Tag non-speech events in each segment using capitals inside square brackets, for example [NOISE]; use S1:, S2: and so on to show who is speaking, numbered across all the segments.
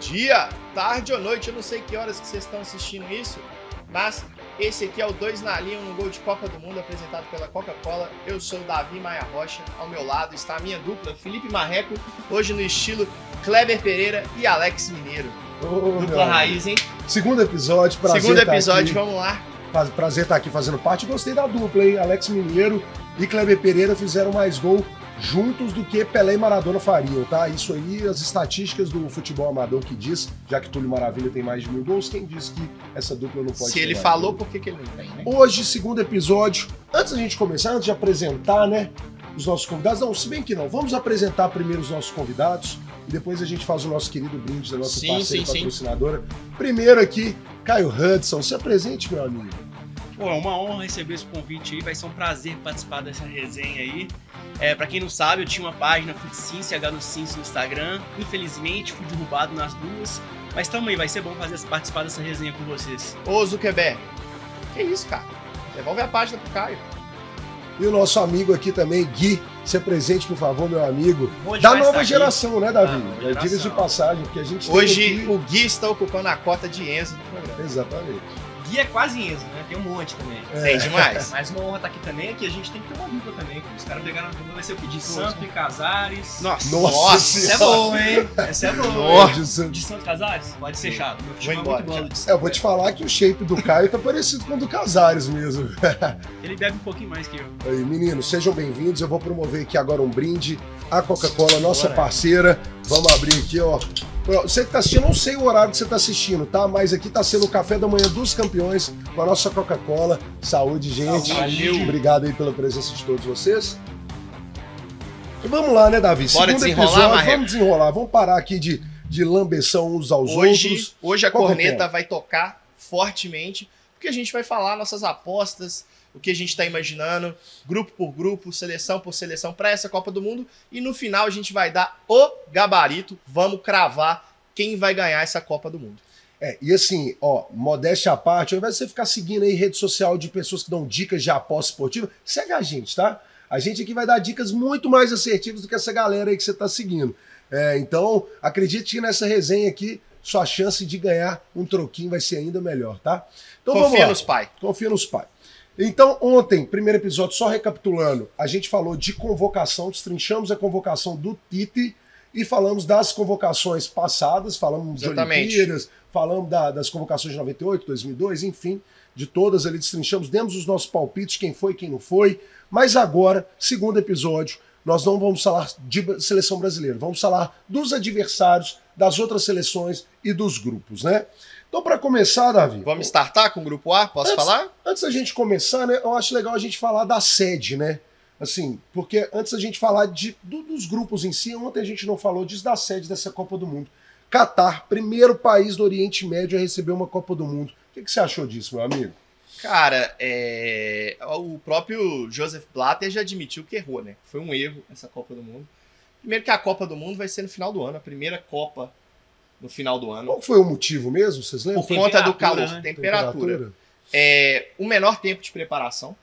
S1: dia, tarde ou noite, eu não sei que horas que vocês estão assistindo isso, mas esse aqui é o 2 na linha, um gol de Copa do Mundo apresentado pela Coca-Cola. Eu sou o Davi Maia Rocha, ao meu lado está a minha dupla, Felipe Marreco, hoje no estilo Kleber Pereira e Alex Mineiro.
S2: Ô, meu
S1: Dupla
S2: amigo.
S1: raiz, hein?
S2: Segundo episódio, prazer
S1: Segundo
S2: tá
S1: episódio,
S2: aqui.
S1: vamos lá.
S2: Pra- Prazer estar aqui fazendo parte. Gostei da dupla, hein? Alex Mineiro e Kleber Pereira fizeram mais gol juntos do que Pelé e Maradona fariam, tá? Isso aí, as estatísticas do futebol amador que diz, já que Túlio Maravilha tem mais de mil gols, quem diz que essa dupla não pode
S1: Se ele
S2: ter mais
S1: falou,
S2: gol?
S1: por que, que ele não tem, né?
S2: Hoje, segundo episódio, antes da gente começar, antes de apresentar, né? Os nossos convidados, não, se bem que não, vamos apresentar primeiro os nossos convidados e depois a gente faz o nosso querido brinde da nossa
S1: Sim,
S2: parceira
S1: sim, sim.
S2: patrocinadora. Primeiro aqui, Caio Hudson, se apresente, meu amigo.
S3: Pô, é uma honra receber esse convite aí, vai ser um prazer participar dessa resenha aí. É, para quem não sabe, eu tinha uma página FoodSense, HNuSense no Instagram. Infelizmente, fui derrubado nas duas. Mas também vai ser bom fazer participar dessa resenha com vocês.
S1: Ô, Zuckerberg, que isso, cara? Devolve a página pro Caio.
S2: E o nosso amigo aqui também, Gui, se apresente, por favor, meu amigo.
S3: Bom demais
S2: Da
S3: estar
S2: nova
S3: aqui.
S2: geração, né, Davi?
S3: Ah, nova
S2: É, Diga-se de
S3: geração.
S2: passagem, porque a gente tem
S1: Hoje
S2: aqui-
S1: o Gui está ocupando a cota de Enzo do programa.
S2: Exatamente.
S4: Gui é quase Enzo, né? Tem um monte também.
S2: É.
S1: Sei
S2: [LAUGHS]
S4: [LAUGHS]
S1: demais.
S4: Mas uma honra estar aqui também, é que a gente tem que ter uma dupla também. Os caras pegaram a dupla, vai ser o Pedi
S3: Nossa.
S4: Santo e Casares.
S3: Nossa,
S2: Nossa
S4: Essa é
S2: Senhora.
S4: boa, hein? Essa é boa.
S1: Nossa.
S4: hein?
S2: Hoje, Santos.
S4: De Santo Casares? Pode ser chato. Meu
S1: Vou
S4: futebol é
S1: embora.
S4: muito bola de
S2: É, eu vou te falar que o shape do Caio tá parecido com o do Casares mesmo.
S3: ele bebe um pouquinho mais que eu.
S2: Aí, meninos, sejam bem-vindos. Eu vou promover aqui agora um brinde. A Coca-Cola, nossa parceira. Vamos abrir aqui, ó. Ó, Você que tá assistindo, eu não sei o horário que você tá assistindo, tá? Mas aqui tá sendo o café da manhã dos campeões com a nossa Coca-Cola. Saúde, gente.
S3: Valeu.
S2: Obrigado aí pela presença de todos vocês. E vamos lá, né, Davi?
S1: Bora desenrolar, Marreco?
S2: vamos desenrolar. Vamos parar aqui de, de lambeção uns aos outros.
S1: Hoje, hoje a
S2: Qual que é o
S1: corneta
S2: tema?
S1: vai tocar fortemente, porque a gente vai falar nossas apostas, o que a gente está imaginando, grupo por grupo, seleção por seleção para essa Copa do Mundo. E no final a gente vai dar o gabarito, vamos cravar quem vai ganhar essa Copa do Mundo.
S2: É, e assim, ó, modéstia à parte, ao invés de você ficar seguindo aí rede social de pessoas que dão dicas de aposta esportiva, segue a gente, tá? A gente aqui vai dar dicas muito mais assertivas do que essa galera aí que você tá seguindo. É, então, acredite que nessa resenha aqui, sua chance de ganhar um troquinho vai ser ainda melhor, tá? Então vamos
S1: Confia
S2: lá.
S1: nos pai.
S2: Confia nos pais. Então, ontem, primeiro episódio, só recapitulando, a gente falou de convocação, destrinchamos a convocação do Tite e falamos das convocações passadas, falamos
S1: Exatamente.
S2: de Olimpíadas, falamos da- das convocações de 98, 2002, enfim, de todas ali destrinchamos, demos os nossos palpites, quem foi, quem não foi. Mas agora, segundo episódio, nós não vamos falar de ba- seleção brasileira, vamos falar dos adversários, das outras seleções e dos grupos, né? Então, para começar, Davi,
S1: Vamos startar com o grupo A? Posso
S2: Antes-
S1: falar?
S2: Antes da gente começar, né, eu acho legal a gente falar da sede, né? Assim, porque antes da gente falar de, do- dos grupos em si, ontem a gente não falou disso da sede dessa Copa do Mundo. Catar, primeiro país do Oriente Médio a receber uma Copa do Mundo. O que, que você achou disso, meu amigo?
S1: Cara, é, o próprio Joseph Blatter já admitiu que errou, né? Foi um erro essa Copa do Mundo. Primeiro que a Copa do Mundo vai ser no final do ano, a primeira Copa no final do ano.
S2: Qual foi o motivo mesmo? Vocês lembram?
S1: Por conta do
S4: Temperatura,
S1: calor,
S4: né?
S1: temperatura. É, o menor tempo de preparação.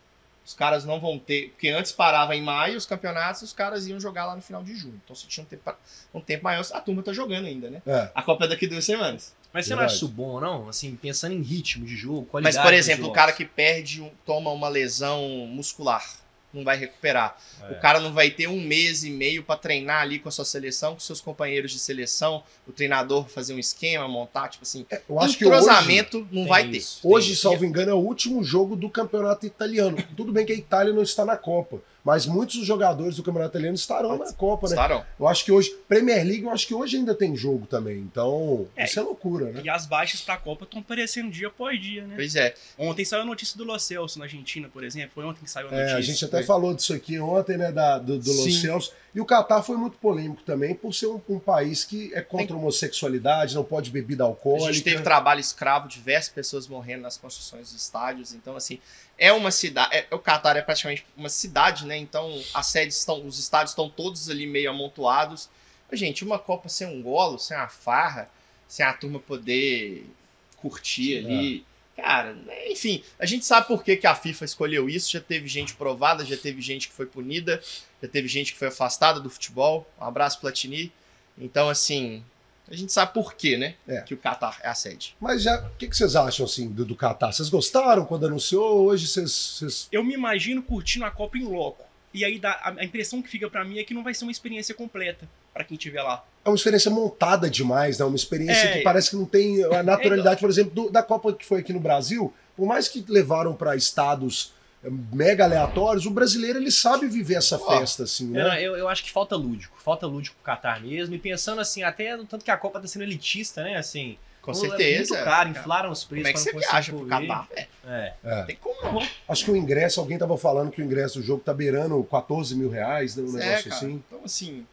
S1: Os caras não vão ter. Porque antes parava em maio os campeonatos, os caras iam jogar lá no final de junho. Então se tinha um tempo, pra- um tempo maior, a turma tá jogando ainda, né?
S2: É.
S1: A Copa é daqui duas semanas.
S4: Mas você não
S2: Verdade.
S4: acha isso bom, não? Assim, pensando em ritmo de jogo,
S1: Mas,
S4: qualidade.
S1: por
S4: dos
S1: exemplo, o
S4: jogos.
S1: cara que perde, um- toma uma lesão muscular, não vai recuperar.
S4: É.
S1: O cara não vai ter um mês e meio pra treinar ali com a sua seleção, com seus companheiros de seleção, o treinador fazer um esquema, montar, tipo assim.
S2: É, eu acho que hoje,
S1: entrosamento não
S4: Tem
S1: vai ter.
S4: isso, tem
S2: hoje,
S4: isso.
S2: salvo engano, é o último jogo do campeonato italiano. Tudo bem que a Itália não está na Copa, mas muitos dos jogadores do campeonato italiano estarão na Copa, né?
S1: Estarão.
S2: Eu acho que hoje, Premier League, eu acho que hoje ainda tem jogo também. Então,
S3: É,
S2: isso é loucura, né?
S3: E as baixas pra Copa estão aparecendo dia após dia, né?
S1: Pois é.
S3: Ontem saiu a notícia do Lo Celso na Argentina, por exemplo. Foi ontem que saiu a
S2: É,
S3: notícia.
S2: a gente até
S3: Foi.
S2: falou disso aqui ontem, né, da, do, do Los
S1: né? Sim.
S2: Celso. E o Catar foi muito polêmico também, por ser um, um país que é contra a homossexualidade, não pode bebida alcoólica.
S1: A gente teve trabalho escravo, diversas pessoas morrendo nas construções dos estádios. Então, assim, é uma cidade. é- o Catar é praticamente uma cidade, né? Então, as sedes estão. Os estádios estão todos ali meio amontoados. Mas, Gente, uma Copa sem um golo, sem uma farra, sem a turma poder curtir ali.
S2: é.
S1: Cara, né, enfim, a gente sabe por que, que a FIFA escolheu isso. Já teve gente provada, já teve gente que foi punida, já teve gente que foi afastada do futebol. Um abraço, Platini. Então, assim, A gente sabe por quê, né?
S2: É.
S1: Que o Qatar é a sede.
S2: Mas já, o que, que vocês acham assim do, do Qatar? Vocês gostaram quando anunciou? Hoje vocês. vocês-
S3: Eu me imagino curtindo a Copa em loco. E aí dá- a a impressão que fica pra mim é que não vai ser uma experiência completa pra quem estiver lá.
S2: É uma experiência montada demais, né? Uma experiência
S3: É.
S2: que parece que não tem
S1: [LAUGHS]
S2: a naturalidade, por exemplo, do- da Copa que foi aqui no Brasil. Por mais que levaram para estados eh, mega aleatórios, o brasileiro ele sabe viver essa
S1: Ó,
S2: festa assim,
S5: Eu,
S2: né?
S5: É,
S1: é.
S5: eu, eu acho que falta lúdico, falta lúdico pro Qatar mesmo. E pensando assim, até no tanto que a Copa tá sendo elitista, né? Assim,
S1: Com
S5: é
S1: certeza.
S5: muito caro, inflaram os
S1: Como
S5: preços.
S1: é que
S5: pra
S1: você
S5: não conseguir
S1: viaja pro
S5: correr.
S1: Qatar? É,
S5: É.
S2: É.
S1: tem como não.
S2: Acho que o ingresso, alguém tava falando que o ingresso do jogo tá beirando 14 mil reais, né? Um
S1: Pois é,
S2: negócio
S1: cara.
S2: assim.
S1: Então, assim,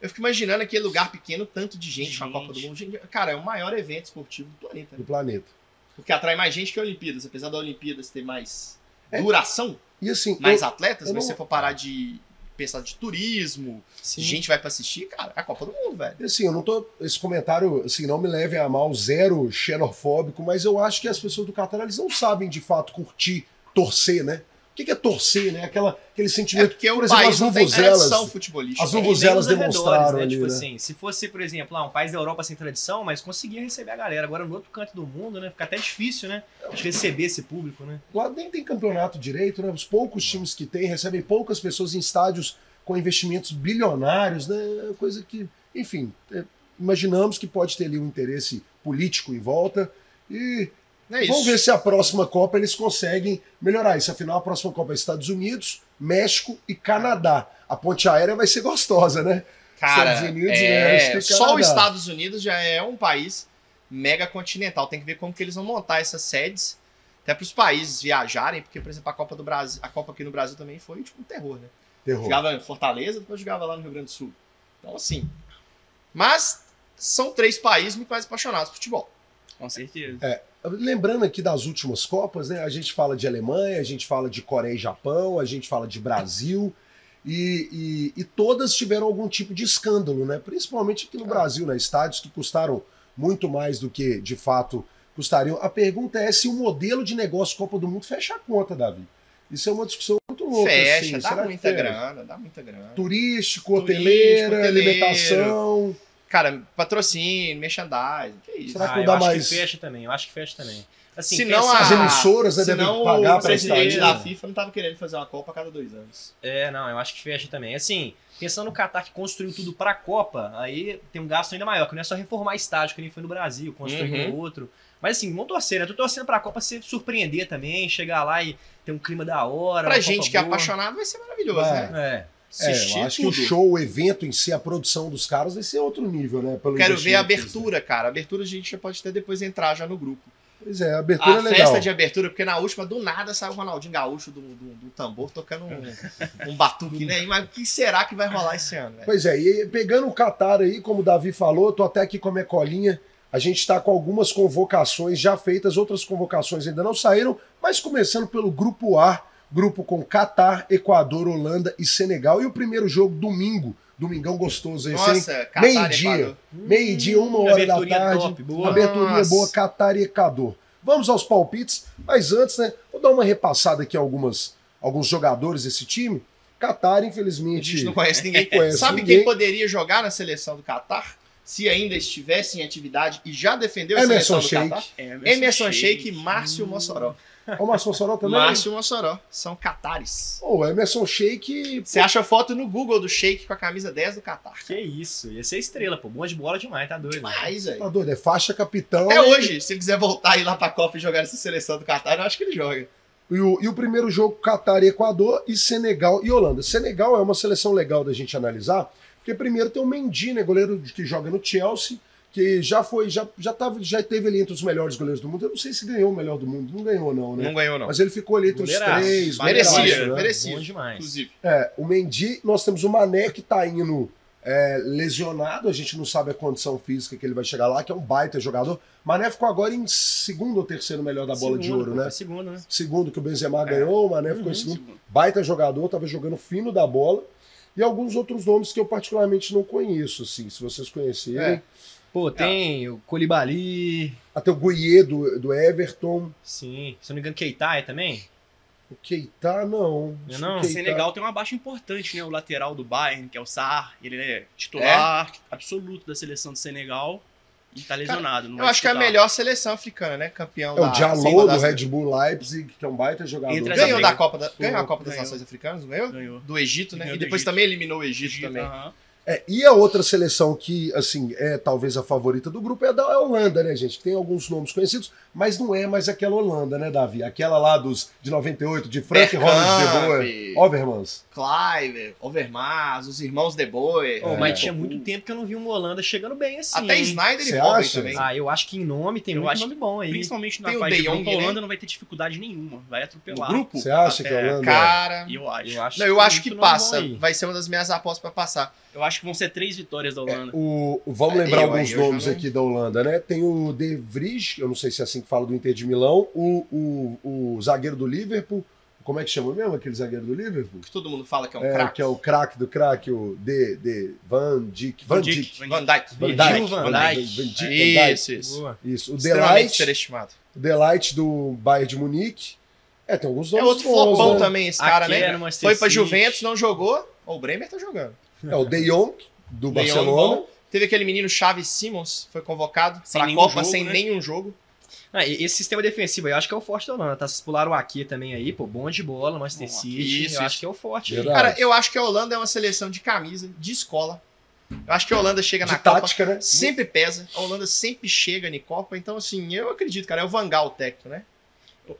S1: eu fico imaginando aquele lugar pequeno, tanto de gente, na
S3: Gente.
S1: Copa do Mundo. Gente, Cara, é o maior evento esportivo do planeta.
S2: do planeta.
S1: Porque atrai mais gente que a Olimpíadas. Apesar da Olimpíadas ter mais
S2: É.
S1: duração,
S2: E assim,
S1: mais
S2: eu-
S1: atletas, mas
S2: eu não-
S1: se você for parar de pensar de turismo, se gente vai pra assistir, cara, é a Copa do Mundo, velho.
S2: e assim, eu não tô. Esse comentário, assim, não me leve a mal, zero xenofóbico, mas eu acho que as pessoas do Catar, eles não sabem de fato curtir, torcer, né? O que que é torcer, né? Aquela, aquele
S1: É
S2: sentimento.
S1: porque
S2: por
S1: o
S2: exemplo,
S1: país
S2: as
S1: não tem
S2: vuvuzelas-
S1: tradição futebolística.
S2: as
S1: né?
S5: E nem
S2: vuvuzelas
S5: os arredores,
S2: demonstraram ali,
S5: Tipo
S2: né?
S5: assim, se fosse, por exemplo, lá, um país da Europa sem tradição, mas conseguia receber a galera. Agora, no outro canto do mundo, né? Fica até difícil, né? De receber esse público, né?
S2: Lá nem tem campeonato direito, né? Os poucos times que tem recebem poucas pessoas em estádios com investimentos bilionários, né? Coisa que, enfim, é, imaginamos que pode ter ali um interesse político em volta. E
S1: Não é isso.
S2: Vamos ver se a próxima Copa eles conseguem melhorar isso. Afinal, a próxima Copa é Estados Unidos, México e Canadá. A ponte aérea vai ser gostosa, né?
S1: Cara,
S2: Estados Unidos, né? Acho
S1: é,
S2: que
S1: só
S2: Canadá.
S1: os Estados Unidos já é um país mega continental. Tem que ver como que eles vão montar essas sedes, até para os países viajarem, porque, por exemplo, a Copa do Brasil, a Copa aqui no Brasil também foi tipo um terror, né?
S2: Terror.
S1: Jogava em Fortaleza, depois jogava lá no Rio Grande do Sul. Então, assim. Mas são três países muito mais apaixonados por futebol.
S3: Com certeza.
S5: É,
S2: Lembrando aqui das últimas Copas, né? A gente fala de Alemanha, a gente fala de Coreia e Japão, a gente fala de Brasil. E, e- e todas tiveram algum tipo de escândalo, né? Principalmente
S1: É.
S2: aqui no Brasil, né? Estádios que custaram muito mais do que de fato custariam. A pergunta é se o modelo de negócio Copa do Mundo fecha a conta, Davi. Isso é uma discussão muito louca.
S1: Fecha,
S2: assim.
S1: dá
S2: Será que
S1: muita
S2: fecha?
S1: grana, dá muita grana. Turístico,
S2: Turístico, hoteleira,
S1: hoteleiro.
S2: alimentação.
S1: Cara, patrocínio, merchandising, que isso.
S2: Será que não
S5: ah, eu
S2: dá
S5: acho
S2: mais?
S5: que fecha também, eu acho que fecha também. Assim,
S1: Se não
S5: pensa-
S2: As
S1: Ah,
S2: emissoras né, devem
S1: Senão
S2: pagar
S1: o
S2: para
S1: presidente
S2: estádio.
S1: da FIFA não tava querendo fazer uma Copa a cada dois anos.
S5: É, não, eu acho que fecha também. Assim, pensando no Qatar que construiu tudo pra Copa, aí tem um gasto ainda maior, que não é só reformar estádio, que nem foi no Brasil, construir
S1: Uhum.
S5: um outro. Mas assim, vamos torcer, né? Tô torcendo pra Copa se surpreender também, chegar lá e ter um clima da hora.
S1: Pra
S5: uma
S1: gente
S5: Copa
S1: que é
S5: boa.
S1: apaixonado vai ser maravilhoso,
S2: Vai.
S1: né?
S5: É.
S1: Assistir
S2: é, eu acho
S1: tudo.
S2: que o show, o evento em si, a produção dos caras vai ser outro nível, né? Pelo
S1: Quero ver a
S2: investimento que eles
S1: abertura, cara. A abertura a gente já pode até depois entrar já no grupo.
S2: deram. Pois é, a abertura
S1: a
S2: é legal.
S1: festa de abertura, porque na última, do nada, saiu o Ronaldinho Gaúcho do, do, do tambor tocando um, um batuque, né? Mas o que será que vai rolar esse ano, né? velho?
S2: Pois é, e pegando o Qatar aí, como o Davi falou, tô até aqui com a minha colinha. A gente está com algumas convocações já feitas, outras convocações ainda não saíram, mas começando pelo grupo A, grupo com Qatar, Equador, Holanda e Senegal. E o primeiro jogo, domingo. Domingão gostoso é, esse, hein?
S1: Nossa, é hum, Catar e
S2: meio-dia.
S1: Equador.
S2: Meio-dia, uma hora da
S5: aberturinha
S2: tarde.
S5: top, boa.
S2: Aberturinha
S1: Nossa.
S2: boa, Qatar e Equador. Vamos aos palpites, mas antes, né? Vou dar uma repassada aqui a algumas, alguns jogadores desse time. Qatar,
S1: A gente
S2: infelizmente.
S1: não conhece ninguém.
S2: Conhece
S1: Sabe
S2: um, ninguém.
S1: quem poderia jogar na seleção do Catar? Se ainda estivesse em atividade e já defendeu a seleção
S2: Emerson
S1: do
S2: Sheik.
S1: Catar?
S3: É, Emerson,
S1: Emerson Sheik e
S5: Hum,
S1: Márcio Mossoró.
S2: Ó, O Márcio Sorol também.
S1: Márcio Mossoró são catares.
S2: Pô, o Emerson Sheik.
S1: Você acha foto no Google do Sheik com a camisa 10 do Catar.
S5: Que isso, ia ser estrela, pô. Boa de bola demais, tá doido.
S1: Mas, velho.
S2: Tá doido, é faixa capitão.
S1: Até hoje, se ele quiser voltar e ir lá pra Copa e jogar essa seleção do Catar, eu acho que ele joga.
S2: E o, e o primeiro jogo, Catar e Equador, e Senegal e Holanda. Senegal é uma seleção legal da gente analisar, porque primeiro tem o Mendy, né, goleiro de- que joga no Chelsea, que já foi, já, já, tava, já teve ali entre os melhores goleiros do mundo. Eu não sei se ganhou o melhor do mundo, não ganhou não, né?
S1: Não ganhou, não.
S2: Mas ele ficou ali entre os
S5: Goleiraço.
S2: três.
S1: Merecia,
S2: goleiraço, né?
S1: merecia.
S5: Bom demais.
S1: Inclusive.
S2: É, o Mendy, nós temos o Mané que tá indo é, lesionado, a gente não sabe a condição física que ele vai chegar lá, que é um baita jogador. Mané ficou agora em segundo ou terceiro melhor da bola de
S5: Segundo,
S2: ouro,
S5: pô,
S2: né?
S5: foi Segundo, né?
S2: Segundo que o Benzema ganhou, o Mané ficou
S1: Uhum.
S2: em um segundo. Baita jogador, tava jogando fino da bola. E alguns outros nomes que eu particularmente não conheço, assim, se vocês conhecerem.
S1: É.
S5: Pô, tem o Colibali.
S2: Até o Guiê do, do Everton.
S5: Sim. Se eu não me engano, Keita é também?
S2: O Keita, não. Acho que
S5: não.
S2: o
S3: O
S2: Keita-
S3: Senegal tem uma baixa importante, né? O né, lateral do Bayern, que é o Sar, ele é titular absoluto da seleção do Senegal. E tá lesionado. não
S1: Eu
S3: vai
S1: acho que é a
S3: disputar.
S1: melhor seleção africana, né? Campeão
S2: É o
S1: da
S2: Diallo do Red Bull Leipzig, que é um baita jogador.
S3: Entra
S1: Ganhou
S3: Brasil.
S1: da Copa da, ganhou a Copa das
S3: Ganhou.
S1: Nações Africanas, não ganhou?
S3: Ganhou.
S1: Do Egito, né?
S3: Ganhou
S1: E
S3: do
S1: depois
S3: Egito.
S1: também eliminou o Egito, também.
S3: Aham.
S2: É, e a outra seleção que, assim, é talvez a favorita do grupo é a da Holanda, né, gente? Que tem alguns nomes conhecidos, mas não é mais aquela Holanda, né, Davi? Aquela lá dos de 98, de Frank
S1: Bergkamp,
S2: Ronald de Boer. Overmans.
S1: Clive, Overmars, os irmãos De Boer. É.
S5: Pô,
S2: É.
S5: mas tinha muito tempo que eu não vi uma Holanda chegando bem assim.
S1: Até
S5: hein?
S1: Snyder e
S2: Cê
S1: Robin
S2: acha?
S1: também.
S5: Ah, eu acho que em nome tem
S3: Eu
S5: muito
S3: acho
S5: nome bom aí.
S3: Principalmente na
S1: Tem o
S3: fase
S1: De
S3: de grupo,
S1: Jong,
S3: a
S1: né?
S3: Holanda não vai ter dificuldade nenhuma. Vai
S1: O
S3: atropelar.
S1: grupo?
S2: Você acha que a
S3: É,
S2: Holanda...
S1: Cara.
S3: E eu acho.
S5: Eu acho
S1: Não, eu
S5: que
S1: acho
S5: muito
S1: que
S5: nome bom
S1: passa.
S5: aí.
S1: Vai É, ser uma das minhas apostas pra passar.
S3: Eu acho que vão ser três vitórias da Holanda.
S2: O, vamos
S1: É,
S2: lembrar
S1: eu
S2: alguns
S1: aí, eu já
S2: nomes
S1: não-
S2: aqui da Holanda, né? Tem o De Vries, eu não sei se é assim que fala do Inter de Milão, o, o, o zagueiro do Liverpool, como é que chama mesmo aquele zagueiro do Liverpool?
S1: Que todo mundo fala que é um
S2: É,
S1: craque.
S2: que é o craque do craque, o De, De Van Dijk. Van Dijk.
S1: Van Dijk.
S2: Van
S5: Virgil
S2: Dijk.
S5: van
S2: Van
S5: Dijk.
S2: Dijk. Van Dijk.
S1: Isso, isso.
S5: Boa.
S2: Isso. O
S1: Extremamente
S2: Delight,
S1: superestimado.
S2: Delight do Bayern de Munique. É, tem alguns
S1: É
S2: nomes
S1: outro
S2: bons,
S1: flopão
S2: né?
S1: também, esse cara,
S5: Aqui é era
S1: né?
S5: no Manchester
S1: Foi pra
S5: City.
S1: Juventus, não jogou. Ó, O Bremer tá jogando.
S2: É o De Jong, do
S1: De Jong,
S2: Barcelona.
S1: bom. Teve aquele menino Chaves Simmons, foi convocado
S3: Sem
S1: pra
S3: nenhum
S1: Copa
S3: jogo,
S1: sem
S3: né?
S1: nenhum jogo.
S5: Ah, e- esse sistema defensivo aí, eu acho que é o forte da Holanda, tá? Vocês pularam o Aki também aí, pô, bom de bola, Manchester
S3: Bom,
S5: City,
S1: Aki,
S5: eu
S1: isso, isso.
S5: acho que é o forte. aí.
S2: Verdade.
S1: Cara, eu acho que a Holanda é uma seleção de camisa, de escola. Eu acho que a Holanda chega na
S2: De
S1: Copa
S2: tática, né?
S1: Sempre pesa. A Holanda sempre chega em Copa. Então, assim, eu acredito, cara. É o Vangal o técnico, né?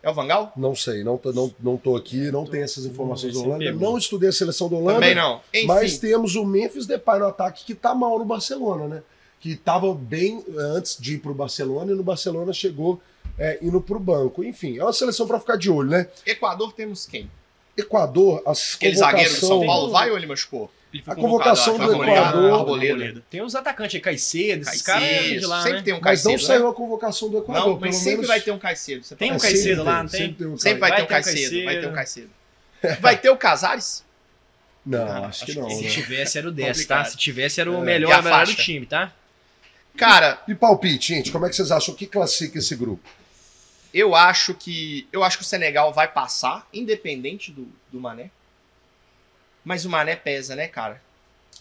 S1: É o Vangal?
S2: Não sei, não tô, não, não tô aqui, não tenho essas informações da Holanda. Não estudei a seleção da Holanda.
S1: Também não. Enfim,
S2: Mas temos o Memphis Depay no ataque que tá mal no Barcelona, né? Que tava bem eh, antes de ir pro Barcelona e no Barcelona chegou é, indo pro banco. Enfim, é uma seleção pra ficar de olho, né?
S1: Equador temos quem?
S2: Equador, as
S1: Aquele zagueiro do São
S2: convocação-
S1: Paulo vai ou ele machucou?
S3: Ele foi
S2: A convocação
S3: convocado,
S1: do
S3: acho, foi
S1: Equador-
S3: convocado,
S1: Arboleda.
S5: Tem uns atacantes aí, Caicedo, esses caras
S1: Caicedo.
S5: é de lá,
S1: sempre
S5: né?
S1: tem um
S2: Mas
S1: Caicedo,
S2: não
S1: né?
S2: saiu a convocação do Equador.
S1: Não, mas
S2: pelo
S1: sempre
S2: menos-
S1: vai ter um Caicedo. Você
S5: Tem
S1: tá
S5: um
S2: É,
S1: certo.
S5: Caicedo
S2: sempre
S5: lá,
S2: tem,
S5: não tem?
S2: Sempre tem um
S1: Sempre
S2: Caicedo.
S1: vai, ter um
S5: Vai ter um
S1: Caicedo, Vai ter um
S5: Caicedo.
S1: Caicedo. Vai ter o Casares?
S2: Não, acho
S1: um
S2: que não.
S5: Se
S2: né?
S5: tivesse, era o 10, tá?
S3: Complicado.
S5: Se tivesse, era o
S2: É.
S5: melhor,
S1: E a
S5: a melhor do
S1: faixa?
S5: time, tá?
S1: Cara,
S2: E palpite, gente, como é que vocês acham que classifica esse grupo?
S1: eu acho que. Eu acho que o Senegal vai passar, independente do, do Mané. Mas o Mané pesa, né, cara?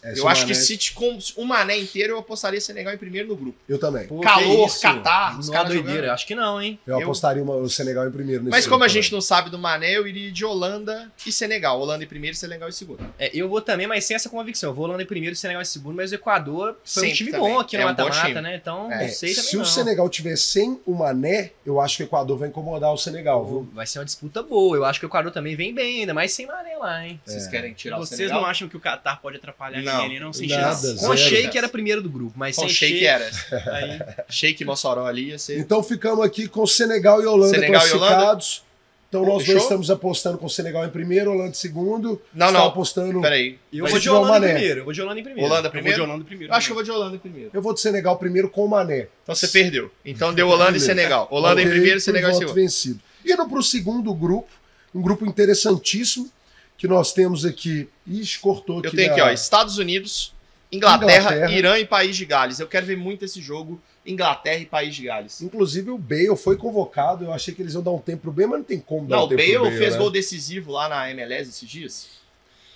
S2: Essa é
S1: eu acho
S2: mané-
S1: que se te- com o Mané inteiro, eu apostaria Senegal em primeiro no grupo.
S2: Eu também.
S5: Pô,
S1: Calor,
S5: que isso?
S1: Catar, os
S5: Não é
S1: caras
S5: doideira,
S1: jogando.
S5: acho que não, hein?
S2: Eu,
S1: Eu-
S2: apostaria uma- o Senegal em primeiro. nesse
S1: Mas como a
S2: grupo
S1: gente não sabe do Mané, eu iria de Holanda e Senegal. Holanda em primeiro, Senegal em segundo.
S5: É, eu vou também, mas sem essa convicção. Eu vou Holanda em primeiro, Senegal em segundo, mas o Equador foi um
S1: Sempre
S5: time
S1: também.
S5: bom aqui
S1: É
S5: no
S1: um bom
S5: mata-mata,
S1: time.
S5: né? Então,
S1: É,
S5: não sei também
S2: Se
S5: não.
S2: o Senegal tiver sem o Mané, eu acho que o Equador vai incomodar o Senegal, viu?
S5: Vai ser uma disputa boa. Eu acho que o Equador também vem bem ainda, mas sem Mané lá, hein?
S1: Vocês querem tirar o
S3: Vocês
S1: Senegal?
S3: não acham que o Qatar pode atrapalhar
S1: Não.
S3: ninguém ali, não? Sem
S2: Nada,
S3: chance.
S2: zero.
S5: Com o Sheik
S1: cara.
S5: é. era primeiro do grupo, mas
S1: Com
S5: sem
S1: shake
S5: é Sheik...
S1: era.
S3: Aí,
S1: Shake Mossoró ali ia
S2: [LAUGHS]
S1: ser.
S2: Então ficamos aqui com Senegal e Holanda
S1: Senegal e Holanda.
S2: classificados. Então nós
S1: Fechou?
S2: dois estamos apostando com o Senegal em primeiro, Holanda em segundo.
S1: Não,
S2: Está
S1: não.
S2: apostando.
S1: Peraí. Mas
S5: Eu vou
S2: se
S5: de
S2: tiver o
S5: Holanda em
S2: Mané.
S5: primeiro, eu vou de Holanda em primeiro.
S1: Holanda
S3: eu vou Ah, de
S1: primeiro?
S3: Holanda primeiro.
S1: Eu acho que eu vou de Holanda em primeiro.
S2: Eu vou de Senegal primeiro com o Mané.
S1: Então você perdeu. Então deu Holanda e
S2: Beleza.
S1: Senegal. Holanda em
S2: Ok,
S1: primeiro,
S2: por
S1: Senegal em
S2: voto
S1: segundo.
S2: vencido. Indo para o segundo grupo, um grupo interessantíssimo que nós temos aqui. Ixi, cortou aqui.
S1: Eu tenho aqui,
S2: da-
S1: ó, Estados Unidos, Inglaterra,
S2: Inglaterra.
S1: Irã e País de Gales. Eu quero ver muito esse jogo, Inglaterra e País de Gales.
S2: Inclusive o Bale foi convocado. Eu achei que eles iam dar um tempo pro Bale, mas não tem como dar
S1: Não,
S2: um
S1: o
S2: tempo
S1: Bale,
S2: pro Bale.
S1: fez
S2: né?
S1: gol decisivo lá na MLS esses dias.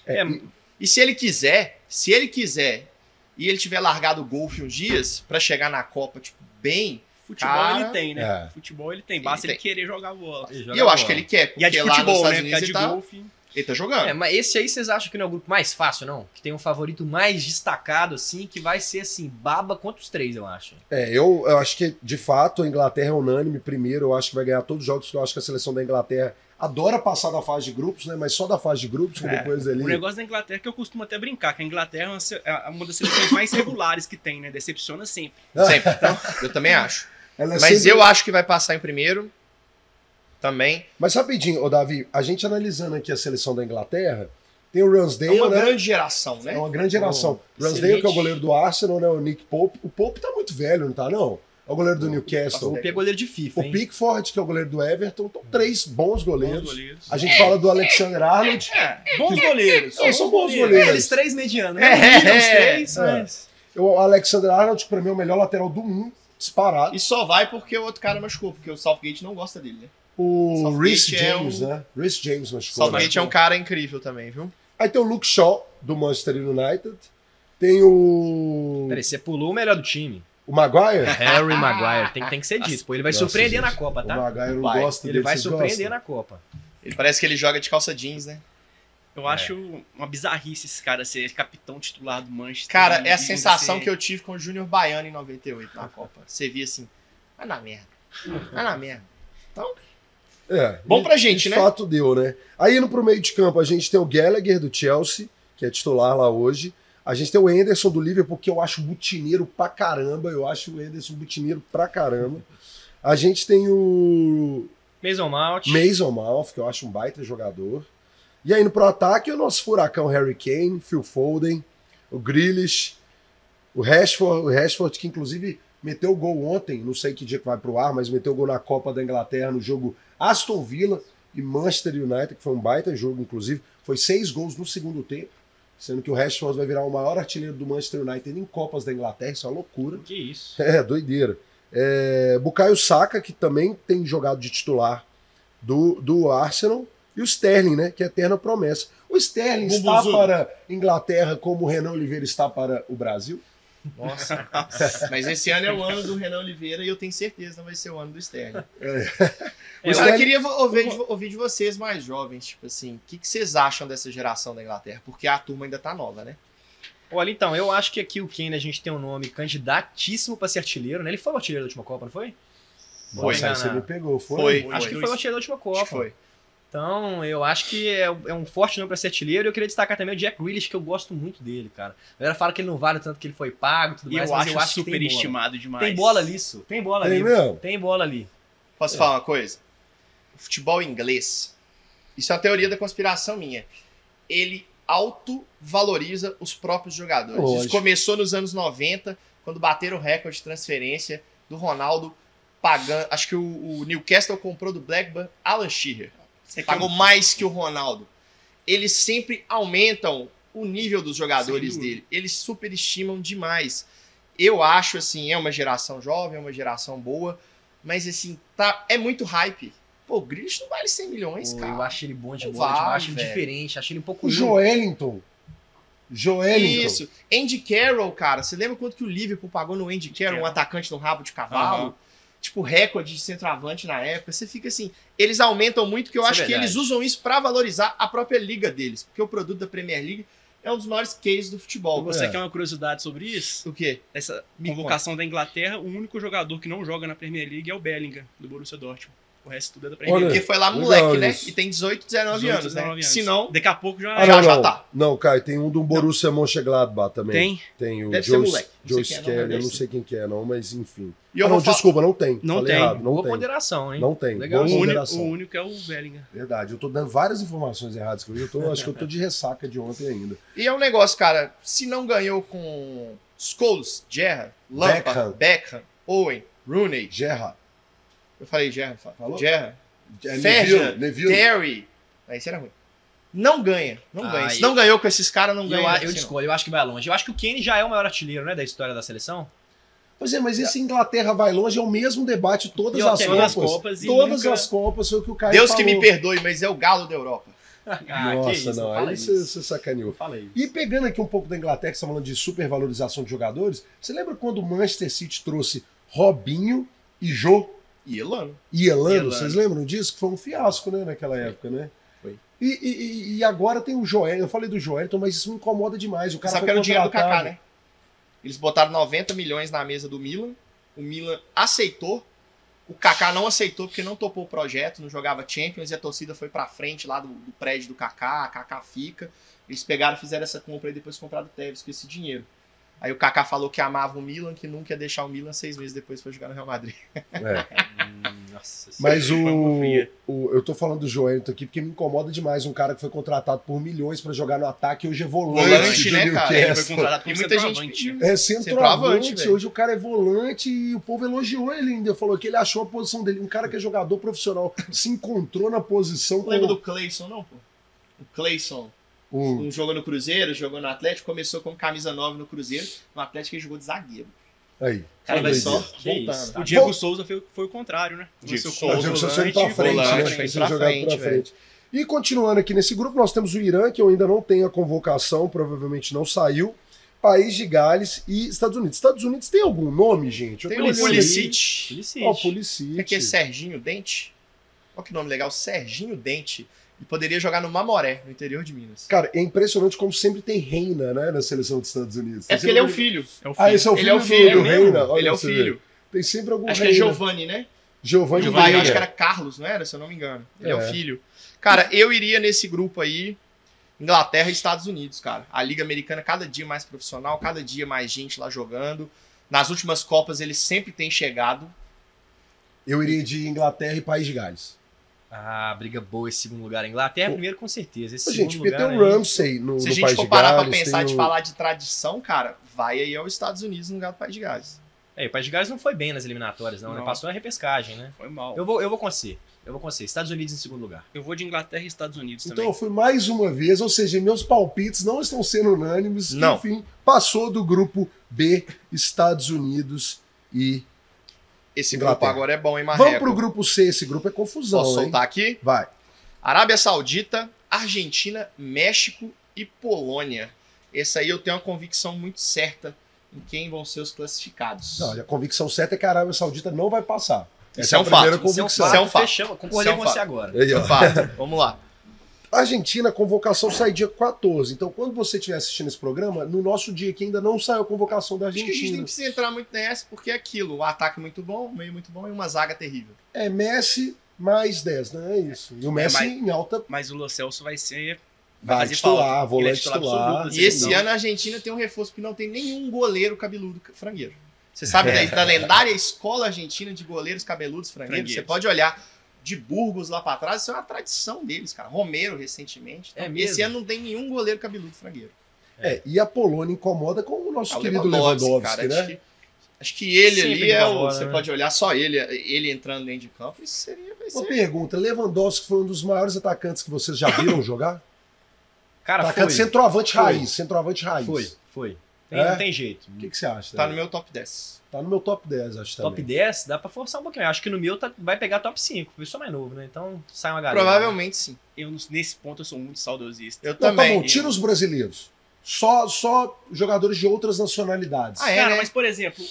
S2: É,
S5: É,
S2: e-
S1: E se ele quiser, se ele quiser, e ele tiver largado o golfe uns dias pra chegar na Copa, tipo, bem,
S3: Futebol
S1: Cara,
S3: ele tem, né?
S2: é.
S3: Futebol ele tem. Basta
S1: Ele
S3: ele, querer jogar bola.
S5: ele
S1: e
S5: joga
S1: eu acho que
S5: bola.
S1: ele quer, porque
S3: E a de
S1: lá nos
S3: futebol, né?
S1: Estados
S3: Porque a
S1: Unidos
S3: de
S1: ele tá,
S3: golfe...
S1: ele tá jogando.
S5: É, mas esse aí vocês acham que não é o grupo mais fácil, não? Que tem um favorito mais destacado, assim, que vai ser, assim, baba contra os três, eu acho.
S2: É, eu, eu acho que, de fato, a Inglaterra é unânime. Primeiro, eu acho que vai ganhar todos os jogos, que eu acho que a seleção da Inglaterra adora passar da fase de grupos, né? Mas só da fase de grupos, que
S3: É,
S2: depois
S3: O
S2: ele.
S3: negócio da Inglaterra é que eu costumo até brincar, que a Inglaterra é uma se- é uma das seleções mais regulares que tem, né? Decepciona sempre.
S1: Sempre. né? eu também
S2: [LAUGHS]
S1: acho.
S2: Ela é
S1: Mas
S2: sempre-
S1: eu acho que vai passar em primeiro. Também.
S2: Mas rapidinho, ô Davi, a gente analisando aqui a seleção da Inglaterra, tem o
S1: É
S2: Ransdale,
S1: uma
S2: né?
S1: grande geração, né?
S2: É uma grande geração.
S5: Oh,
S2: Ransdale, que é o
S5: excelente.
S2: goleiro do Arsenal, né? O Nick Pope. O Pope tá muito velho, não tá, não? É o goleiro do
S5: O
S2: Newcastle.
S5: Pope é goleiro de FIFA,
S2: O
S5: hein?
S2: Pickford, que é o goleiro do Everton. Então, três bons
S3: Bons
S2: goleiros.
S3: goleiros.
S2: A gente fala do Alexander Arnold.
S3: É, bons goleiros.
S2: Não, são bons
S5: É,
S2: goleiros.
S5: eles três medianos,
S1: É,
S5: né? Mediam os
S1: é,
S5: três,
S2: é.
S5: mas...
S2: O Alexander Arnold, que pra mim é o melhor lateral do mundo, disparado.
S1: E só vai porque o outro cara machucou, porque o Southgate não gosta dele, né?
S2: O
S1: Southgate
S2: Rhys
S1: é
S2: James,
S1: um-
S2: né? Rhys James machucou. né?
S1: Southgate é um cara incrível também, viu?
S2: Aí tem o Luke Shaw, do Manchester United. Tem o.
S5: Peraí, você pulou o melhor do time.
S2: O Maguire?
S1: Ah.
S5: Harry Maguire, tem, tem que ser dito. Pô, ele vai
S2: Nossa,
S5: surpreender
S2: gente.
S5: na Copa,
S2: O
S5: tá?
S2: Maguire eu
S1: Vai. né?
S2: gosto
S5: Ele
S2: dele,
S5: vai
S2: vocês
S5: surpreender
S2: gostam?
S5: na Copa.
S1: Ele parece que ele joga de calça jeans, né?
S3: Eu acho uma bizarrice esse cara ser capitão titular do Manchester.
S1: Cara, é a sensação que eu tive com o Júnior Baiano em 98 na Copa. Você via assim, vai na merda, vai na merda.
S2: É.
S1: Bom pra
S2: E,
S1: gente,
S2: de
S1: né?
S2: fato deu, né? Aí indo pro meio de campo, a gente tem o Gallagher do Chelsea, que é titular lá hoje. A gente tem o Anderson do Liverpool, que eu acho butineiro pra caramba. Eu acho o Anderson butineiro pra caramba. A gente tem o
S5: Mason Mount.
S2: Mason Mount, que eu acho um baita jogador. E aí indo pro ataque, o nosso furacão Harry Kane, Phil Foden, o Grealish, o Rashford, o Rashford que inclusive meteu o gol ontem, não sei que dia que vai pro ar, mas meteu o gol na Copa da Inglaterra no jogo Aston Villa e Manchester United, que foi um baita jogo inclusive, foi seis gols no segundo tempo, sendo que o Rashford vai virar o maior artilheiro do Manchester United em Copas da Inglaterra, isso é uma loucura.
S5: Que isso.
S2: É, doideira. É, Bukayo Saka, que também tem jogado de titular do, do Arsenal. E o Sterling, né? Que é eterna promessa. O Sterling está
S1: Bumbuzudo.
S2: para Inglaterra como o Renan Oliveira está para o Brasil?
S1: [LAUGHS] Nossa. Mas esse ano é o ano do Renan Oliveira e eu tenho certeza que não vai ser o ano do Sterling.
S2: O
S1: Eu
S5: É,
S2: Sterling-
S1: queria vo- ouvir, de- ouvir de vocês mais jovens, tipo assim, o que, que vocês acham dessa geração da Inglaterra? Porque a turma ainda tá nova, né?
S5: Olha, então, eu acho que aqui o Kane a gente tem um nome candidatíssimo pra ser artilheiro, né? Ele foi o artilheiro da última Copa, não foi?
S1: Foi.
S2: Nossa, aí você me pegou. Foi.
S1: Foi.
S5: Acho que
S1: Foi.
S5: foi o artilheiro da última
S1: Acho
S5: Copa.
S1: que foi.
S5: Então, eu acho que é, é um forte nome pra ser artilheiro. E eu queria destacar também o Jack Grealish, que eu gosto muito dele, cara. A galera fala que ele não vale tanto que ele foi pago, e tudo
S3: E
S5: mais,
S3: eu
S5: mas
S3: acho,
S5: eu acho que
S3: super
S5: tem bola.
S3: estimado demais.
S5: Tem bola nisso. Tem bola
S2: Tem
S5: ali.
S2: mesmo?
S5: Tem bola ali.
S1: Posso falar uma coisa? O futebol inglês, isso é uma teoria da conspiração minha. Ele autovaloriza os próprios jogadores. Isso
S2: Lógico.
S1: começou nos anos 90, quando bateram o recorde de transferência do Ronaldo pagando. Acho que o, o Newcastle comprou do Blackburn Alan Shearer.
S3: Você um
S1: Pagou mais que o Ronaldo. Eles sempre aumentam o nível dos jogadores
S3: Sem dúvida.
S1: dele. Eles superestimam demais. Eu acho assim, é uma geração jovem, é uma geração boa, mas assim, tá, é muito hype. Pô, o Grealish não vale 100 milhões,
S5: Pô, eu
S1: cara.
S5: acho ele bom de
S1: Não
S5: bola, demais,
S1: vale,
S5: acho ele
S1: velho.
S5: diferente, acho ele um pouco
S2: O
S5: único.
S2: Joelinton. Joelinton.
S1: Isso. Andy Carroll, cara, você lembra quanto que o Liverpool pagou no Andy Carroll, um
S3: Carroll.
S1: atacante no rabo de cavalo?
S3: Aham.
S1: Tipo, recorde de centroavante na época. Você fica assim, eles aumentam muito, que eu
S5: Isso é
S1: acho que
S5: verdade.
S1: eles usam isso pra valorizar a própria liga deles, porque o produto da Premier League é um dos maiores cases do futebol.
S3: Você
S2: É.
S3: quer uma curiosidade sobre isso?
S1: O quê?
S3: Essa
S1: Me
S3: convocação da Inglaterra, o único jogador que não joga na Premier League é o Bellingham, do Borussia Dortmund. O resto tudo é da Premier
S2: Olha,
S1: Porque
S3: League.
S1: foi lá
S2: legal
S1: moleque, né?
S2: isso.
S1: E tem 18, 19
S3: 18,
S1: anos, né?
S3: 19 anos.
S1: Se não,
S3: Daqui a pouco já... é.
S1: Ah,
S3: já
S1: já, já
S2: não.
S1: tá.
S2: Não, Caio, tem um do Borussia Mönchengladbach também.
S3: tem.
S2: Tem o
S1: Deve ser
S2: Joyce,
S1: moleque. Não sei
S2: Joyce
S1: quem é, não, mas
S2: Kelly, eu
S1: deve
S2: não
S1: ser.
S2: sei quem que é, não, mas enfim.
S1: E eu
S2: Ah, não,
S1: vou falar-
S2: desculpa, não tem.
S3: Não
S2: Falei
S3: tem.
S2: errado, não
S5: Boa
S2: tem.
S5: ponderação, hein?
S2: Não tem. Boa
S5: Legal.
S3: O único,
S2: ponderação.
S3: o único é o Bellingham.
S2: Verdade, eu tô dando várias informações erradas que hoje eu tô, acho que eu tô de ressaca de ontem ainda.
S1: E é um negócio, cara, se não ganhou com Scholes, Gerrard, Lampard,
S2: Beckham.
S1: Beckham. Owen, Rooney,
S2: Gerra.
S1: eu falei Gerrard, fa-
S2: Falou?
S1: Gerrard,
S2: É,
S1: Ferja,
S2: Neville, Neville.
S1: Terry, aí será ruim. Não ganha, não
S5: Ah,
S1: ganha. Se
S5: e-
S1: não ganhou com esses caras, não
S5: Eu,
S1: ganha.
S5: eu
S1: assim, não.
S5: escolho, eu acho que vai longe. Eu acho que o Kane já é o maior artilheiro, né, da história da seleção. [LAUGHS]
S2: Pois é, mas esse Inglaterra vai longe é o mesmo debate todas
S5: E
S2: as
S5: alterou
S2: copas.
S5: as copas e
S2: todas
S5: nunca-
S2: as copas foi o que o Caio
S1: Deus
S2: falou.
S1: que me perdoe, mas é o galo da Europa.
S2: Nossa, não,
S5: fala
S2: aí
S5: Ah, isso.
S2: você, você sacaneou.
S5: Fala isso.
S2: E pegando aqui um pouco da Inglaterra, que você tá falando de supervalorização de jogadores, você lembra quando o Manchester City trouxe Robinho e Jô
S1: E Elano.
S2: e Elano,
S3: Elano.
S2: vocês lembram disso? Que foi um fiasco, né, naquela época, né?
S1: Foi.
S2: E, e- e- e agora tem o Joel, eu falei do Joel, então, mas isso me incomoda demais. O cara
S1: Sabe
S2: foi
S1: que era o dinheiro do Kaká,
S2: contratado.
S1: né? Eles botaram 90 milhões na mesa do Milan. O Milan aceitou. O Kaká não aceitou porque não topou o projeto, não jogava Champions e a torcida foi pra frente lá do, do prédio do Kaká, a Kaká fica. Eles pegaram, fizeram essa compra e depois compraram o Tevez com esse dinheiro. Aí o Kaká falou que amava o Milan, que nunca ia deixar o Milan seis meses depois foi jogar no Real Madrid.
S2: É.
S1: [LAUGHS]
S5: Hum, Nossa.
S2: [LAUGHS] Mas
S3: Foi
S2: o,
S3: fofinha.
S2: o- Eu tô falando do Joelito aqui porque me incomoda demais um cara que foi contratado por milhões pra jogar no ataque e hoje é volante.
S1: Volante,
S2: do
S1: né, cara?
S2: Newcastle.
S1: Ele
S3: Ele foi contratado por
S1: E muita gente
S3: centroavante.
S1: pediu.
S2: É centroavante,
S1: Centroavante, velho.
S2: hoje o cara é volante e o povo elogiou ele ainda. Falou que ele achou a posição dele. Um cara que é jogador profissional se encontrou na posição
S1: Não lembra
S2: com
S1: do Clayson, não, pô? O Clayson.
S2: o
S1: Um jogou no Cruzeiro, jogou no Atlético, começou com camisa 9 no Cruzeiro. No Atlético ele jogou de zagueiro.
S2: Aí.
S1: Cara, vai
S2: Olha
S1: só
S2: isso.
S5: Que
S1: voltando.
S5: isso, tá?
S3: O Diego
S2: Bom-
S3: Souza foi, foi o contrário, né?
S1: Diego
S3: Começou
S1: Souza.
S2: O jogo só
S3: volante,
S2: indo pra frente,
S1: volante,
S2: né?
S1: foi
S2: Foi
S1: pra
S2: jogado
S1: frente,
S2: pra frente. E continuando aqui nesse grupo, nós temos o Irã, que eu ainda não tenho a convocação, provavelmente não saiu. País de Gales e Estados Unidos. Estados Unidos tem algum nome, gente? Eu
S1: Tem
S2: tô
S1: o
S2: olhando aí.
S1: Pulisic.
S2: Ó,
S5: Pulisic.
S2: o Pulisic.
S1: É que é Serginho Dente? Olha que nome legal, Serginho Dente. Ele poderia jogar no Mamoré, no interior de Minas.
S2: Cara, é impressionante como sempre tem reina, né, na seleção dos Estados Unidos.
S1: É
S2: Tem
S1: porque ele é o
S2: sempre-
S1: filho. É o
S2: Ah, esse é o
S1: Ele é o
S2: filho
S1: filho.
S2: do reina? Olha
S1: Ele é o
S2: pra você ver.
S1: filho.
S2: Tem sempre algum
S1: Acho que é
S2: reina.
S1: Giovanni, né?
S2: Giovanni
S1: Giovanni,
S2: Vieira.
S1: eu acho que era Carlos, não era? Se eu não me engano. Ele é,
S2: É.
S1: o filho. Cara, eu iria nesse grupo aí, Inglaterra e Estados Unidos, cara. A Liga Americana, cada dia mais profissional, cada dia mais gente lá jogando. Nas últimas Copas, ele sempre tem chegado.
S2: Eu iria de Inglaterra e País de Gales.
S5: Ah, briga boa esse segundo lugar. A Inglaterra,
S2: Ô,
S5: primeiro, com certeza. Esse
S2: Ô,
S5: segundo
S2: gente, porque
S5: lugar.
S2: tem o
S5: aí-
S2: Ramsey no,
S1: Se
S2: no
S1: a
S2: País
S1: gente
S2: de
S1: for parar pra
S2: Gales,
S1: pensar
S2: tem
S1: de
S2: o-
S1: falar de tradição, cara, vai aí aos Estados Unidos no lugar do País de Gales.
S5: É, o País de Gales não foi bem nas eliminatórias, não. né?
S3: Não.
S5: Passou na repescagem, né?
S3: Foi mal. Eu,
S5: Eu vou, eu vou com você. Eu vou com você. Estados Unidos em segundo lugar.
S3: vou de Inglaterra e Estados Unidos
S2: Então
S3: também.
S2: eu fui mais uma vez, ou seja, meus palpites não estão sendo unânimes.
S1: Não.
S2: Enfim, passou do grupo B, Estados Unidos e.
S1: Esse grupo
S2: Inglaterra.
S1: agora é bom, hein, Marreco?
S2: Vamos pro grupo C, esse grupo é confusão.
S1: Posso
S2: hein?
S1: soltar aqui?
S2: Vai.
S1: Arábia Saudita, Argentina, México e Polônia. Esse aí eu tenho uma convicção muito certa em quem vão ser os classificados.
S2: Não, a convicção certa é que a Arábia Saudita não vai passar.
S1: Isso
S2: Essa é
S1: é
S2: a
S1: um fato,
S2: primeira
S5: Isso é um
S2: convicção.
S1: Isso é um fato.
S5: Fechamos. Concordei
S1: Isso é um
S5: com você
S1: fato.
S5: agora.
S2: Aí, ó.
S1: Fato. Vamos lá.
S2: Argentina, a convocação sai dia 14. Então, quando você estiver assistindo esse programa, no nosso dia que ainda não saiu a convocação da
S1: Acho que a gente nem
S2: Argentina.
S1: precisa entrar muito nessa, porque é aquilo. Um ataque muito bom, um meio muito bom e uma zaga terrível.
S2: É Messi mais 10, né? É isso. E o Messi
S3: mas-
S2: em alta
S3: Mas o Lo Celso vai ser. Vai
S2: vai
S3: fazer
S2: titular,
S3: falta. Ele é
S2: volante
S3: titular
S2: titular.
S3: absoluto,
S1: E esse
S3: não.
S1: ano a Argentina tem um reforço que não tem nenhum goleiro cabeludo ca- frangueiro. Você sabe da, da lendária escola argentina de goleiros cabeludos frangueiros?
S3: Frangueiros.
S1: Você pode olhar de Burgos lá pra trás, isso é uma tradição deles, cara. Romero recentemente.
S5: É
S1: Então,
S5: mesmo?
S1: Esse ano não tem nenhum goleiro cabeludo frangueiro.
S2: É, e a Polônia incomoda com o nosso
S1: Ah, o
S2: querido Lewandowski, né?
S1: Acho que, acho que ele
S5: Sempre
S1: ali é o.
S5: incomoda,
S1: Você
S5: né?
S1: pode olhar só ele, ele entrando dentro de campo, isso seria. vai
S2: Uma
S1: ser-
S2: pergunta, Lewandowski foi um dos maiores atacantes que vocês já viram jogar?
S5: Cara, foi.
S2: Atacante centroavante
S5: Foi.
S2: raiz, centroavante raiz.
S5: Foi, foi. Tem-
S2: É?
S5: Não tem jeito.
S2: O que, que você acha?
S1: Tá
S2: Tá
S1: no meu top 10.
S2: tá no meu top 10, acho
S5: Top
S2: também.
S5: 10, dá pra forçar um pouquinho. Acho que no meu tá- vai pegar top 5. Eu sou mais novo, né? Então sai uma galera.
S1: Provavelmente sim.
S3: Eu, nesse ponto eu sou muito saudosista.
S1: Eu
S2: Não,
S1: também.
S2: tá bom, tira os brasileiros. Só, só jogadores de outras nacionalidades.
S1: Ah, é,
S3: Cara,
S1: né?
S3: mas por exemplo.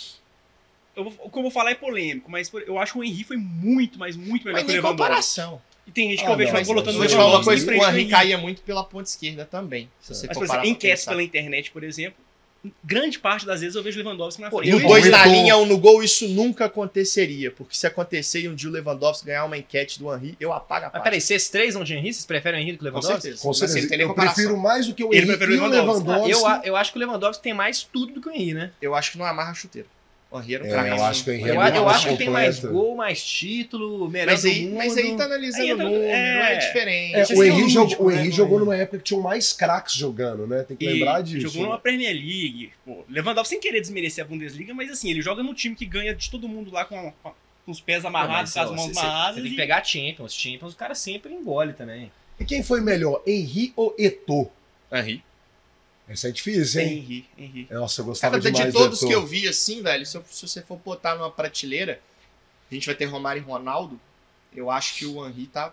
S3: Eu, vou- o que eu vou falar é polêmico, mas por- eu acho que o Henry foi muito, mas muito melhor
S1: Mas
S3: que o
S1: nem
S3: Lewandowski.
S1: comparação.
S3: E tem gente que
S2: Ah,
S3: eu vejo
S2: não,
S3: vai colocando
S2: mas
S3: o
S1: Vou te falar uma
S3: Lewandowski
S1: coisa,
S3: em
S1: o
S3: frente do
S1: Henry
S3: Henry.
S1: caía muito pela ponta esquerda também. Se você
S3: Mas,
S1: for
S3: por
S1: parar
S3: exemplo,
S1: pra
S3: enquete
S1: pensar.
S3: pela internet, por exemplo, grande parte das vezes eu vejo o Lewandowski na
S5: Pô,
S3: frente.
S1: E o
S3: Eu-
S1: dois
S2: Muito-
S1: na linha, um no gol, isso nunca aconteceria. Porque se acontecer e um dia o Lewandowski ganhar uma enquete do Henry, eu apago a
S5: Mas
S1: página.
S5: peraí, vocês três vão de Henry? Vocês preferem o Henry do que o
S1: com
S5: Lewandowski? Ah,
S1: certeza.
S2: Com
S1: Mas
S2: certeza.
S1: ele tem nem
S2: eu
S1: comparação.
S2: prefiro mais do que o
S3: Ele
S2: Henrique e
S3: prefere o
S2: o
S3: Lewandowski.
S2: Lewandowski.
S5: eu, a- eu acho que o Lewandowski tem mais tudo do que o Henry, né?
S1: Eu acho que não amarra chuteiro. O Henry era um
S2: É,
S1: craque.
S2: eu acho que o Henry
S5: Eu,
S2: é
S5: a-
S2: muito
S5: eu
S2: mais
S5: acho que tem mais
S2: completo.
S5: gol, mais título, melhor
S1: Mas
S5: do
S1: aí,
S5: mundo.
S1: mas um aí tá analisando
S3: Aí
S1: o
S3: entra-
S1: número, é,
S3: é.
S1: diferente.
S2: É,
S3: Esse
S2: o
S3: é
S2: Henrique
S3: o
S2: jogou,
S3: lúdico,
S2: o
S3: né,
S2: Henry
S3: do
S2: jogou
S3: Henry.
S2: numa época que tinham mais craques jogando, né? Tem que
S3: E
S2: lembrar disso.
S3: Jogou numa Premier League. Pô, Lewandowski sem querer desmerecer a Bundesliga, mas assim, ele joga num time que ganha de todo mundo lá com, com os pés
S5: Não, mas,
S3: amarrados, com
S5: ó,
S3: as mãos
S5: cê- cê-
S3: amarradas.
S5: Você tem que
S3: e-
S5: pegar Champions. Champions o cara sempre engole também.
S2: E quem foi melhor, Henry ou Eto'o?
S1: Henry.
S2: Essa é difícil, hein?
S3: Henry, Henry.
S2: Nossa, eu gostava
S1: Cara,
S2: demais
S1: de
S2: do
S1: todos
S2: Eto'o.
S1: que eu vi assim, velho, se, eu- se você for botar numa prateleira, a gente vai ter Romário e Ronaldo, eu acho que o Henry tá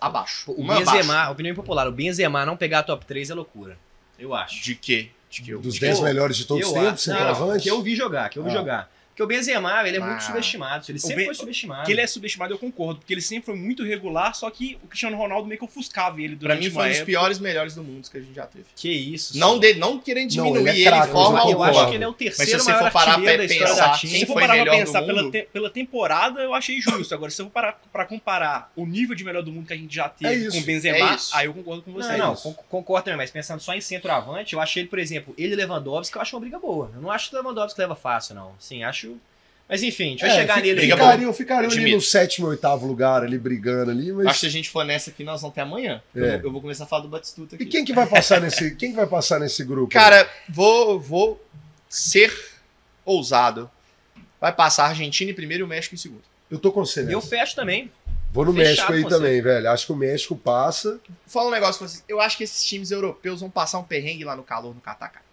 S1: abaixo.
S5: O
S1: Uma
S5: Benzema,
S1: abaixo.
S5: opinião impopular, o Benzema não pegar a top 3 é loucura. Eu acho.
S1: De quê? De quê?
S2: Dos
S1: De
S2: 10
S5: Eu-
S2: melhores de todos os
S5: eu
S2: tempos,
S5: acho. Não,
S2: centroavante.
S5: que eu vi jogar, que eu vi
S2: Ah.
S5: jogar. Porque o Benzema, ele é muito
S1: Ah.
S5: subestimado. Ele sempre
S3: Ben-
S5: foi subestimado.
S3: Que ele é subestimado, eu concordo, porque ele sempre foi muito regular, só que o Cristiano Ronaldo meio que ofuscava ele
S1: Pra
S3: durante
S1: mim
S3: uma
S1: foi um dos
S3: época.
S1: piores melhores do mundo que a gente já teve.
S5: Que isso.
S1: Não,
S5: deu.
S1: de, não querendo
S2: Não, ele
S1: diminuir
S2: é
S1: ele,
S2: craque,
S1: de
S2: eu
S1: Tá, forma
S5: Eu acho
S1: alguma.
S5: que ele é o terceiro
S1: se você
S5: maior
S1: for parar
S5: artilheiro da
S1: pra
S5: história da
S1: pensar,
S5: Champions.
S1: quem
S3: Se eu for
S1: foi
S3: parar pra
S1: melhor do
S3: pensar pela,
S1: mundo?
S3: te- pela temporada, eu achei justo. Agora, se eu for parar pra comparar o nível de melhor do mundo que a gente já
S2: É
S3: teve
S2: isso,
S3: com o Benzema,
S1: é isso.
S3: aí eu concordo com você.
S5: Não, não,
S2: isso.
S5: con- concordo também, mas pensando só em centroavante, eu achei ele, por exemplo, ele e Lewandowski, eu acho uma briga boa. Eu não acho que o Lewandowski leva fácil, não. Sim, acho. Mas enfim, a gente vai
S2: É,
S5: chegar
S2: fica-
S5: nele
S1: briga
S5: ainda.
S1: boa.
S2: Ficariam, ficariam ali
S1: Admito.
S2: no sétimo, oitavo lugar, ali brigando ali, mas.
S1: Acho que se a gente for nessa aqui, nós vamos até amanhã. Eu,
S2: É.
S1: vou- eu vou começar a falar do Batistuta
S2: E
S1: aqui.
S2: quem que vai passar nesse, quem que vai passar nesse grupo?
S1: Cara, vou, vou ser ousado. Vai passar a Argentina em primeiro e o México em segundo.
S2: eu tô com você, né?
S5: Eu fecho também.
S2: Vou no
S5: fechado
S2: México aí
S5: com
S2: também, velho. Acho que o México passa.
S1: Fala um negócio pra vocês. Eu acho que esses times europeus vão passar um perrengue lá no calor no Catar, cara.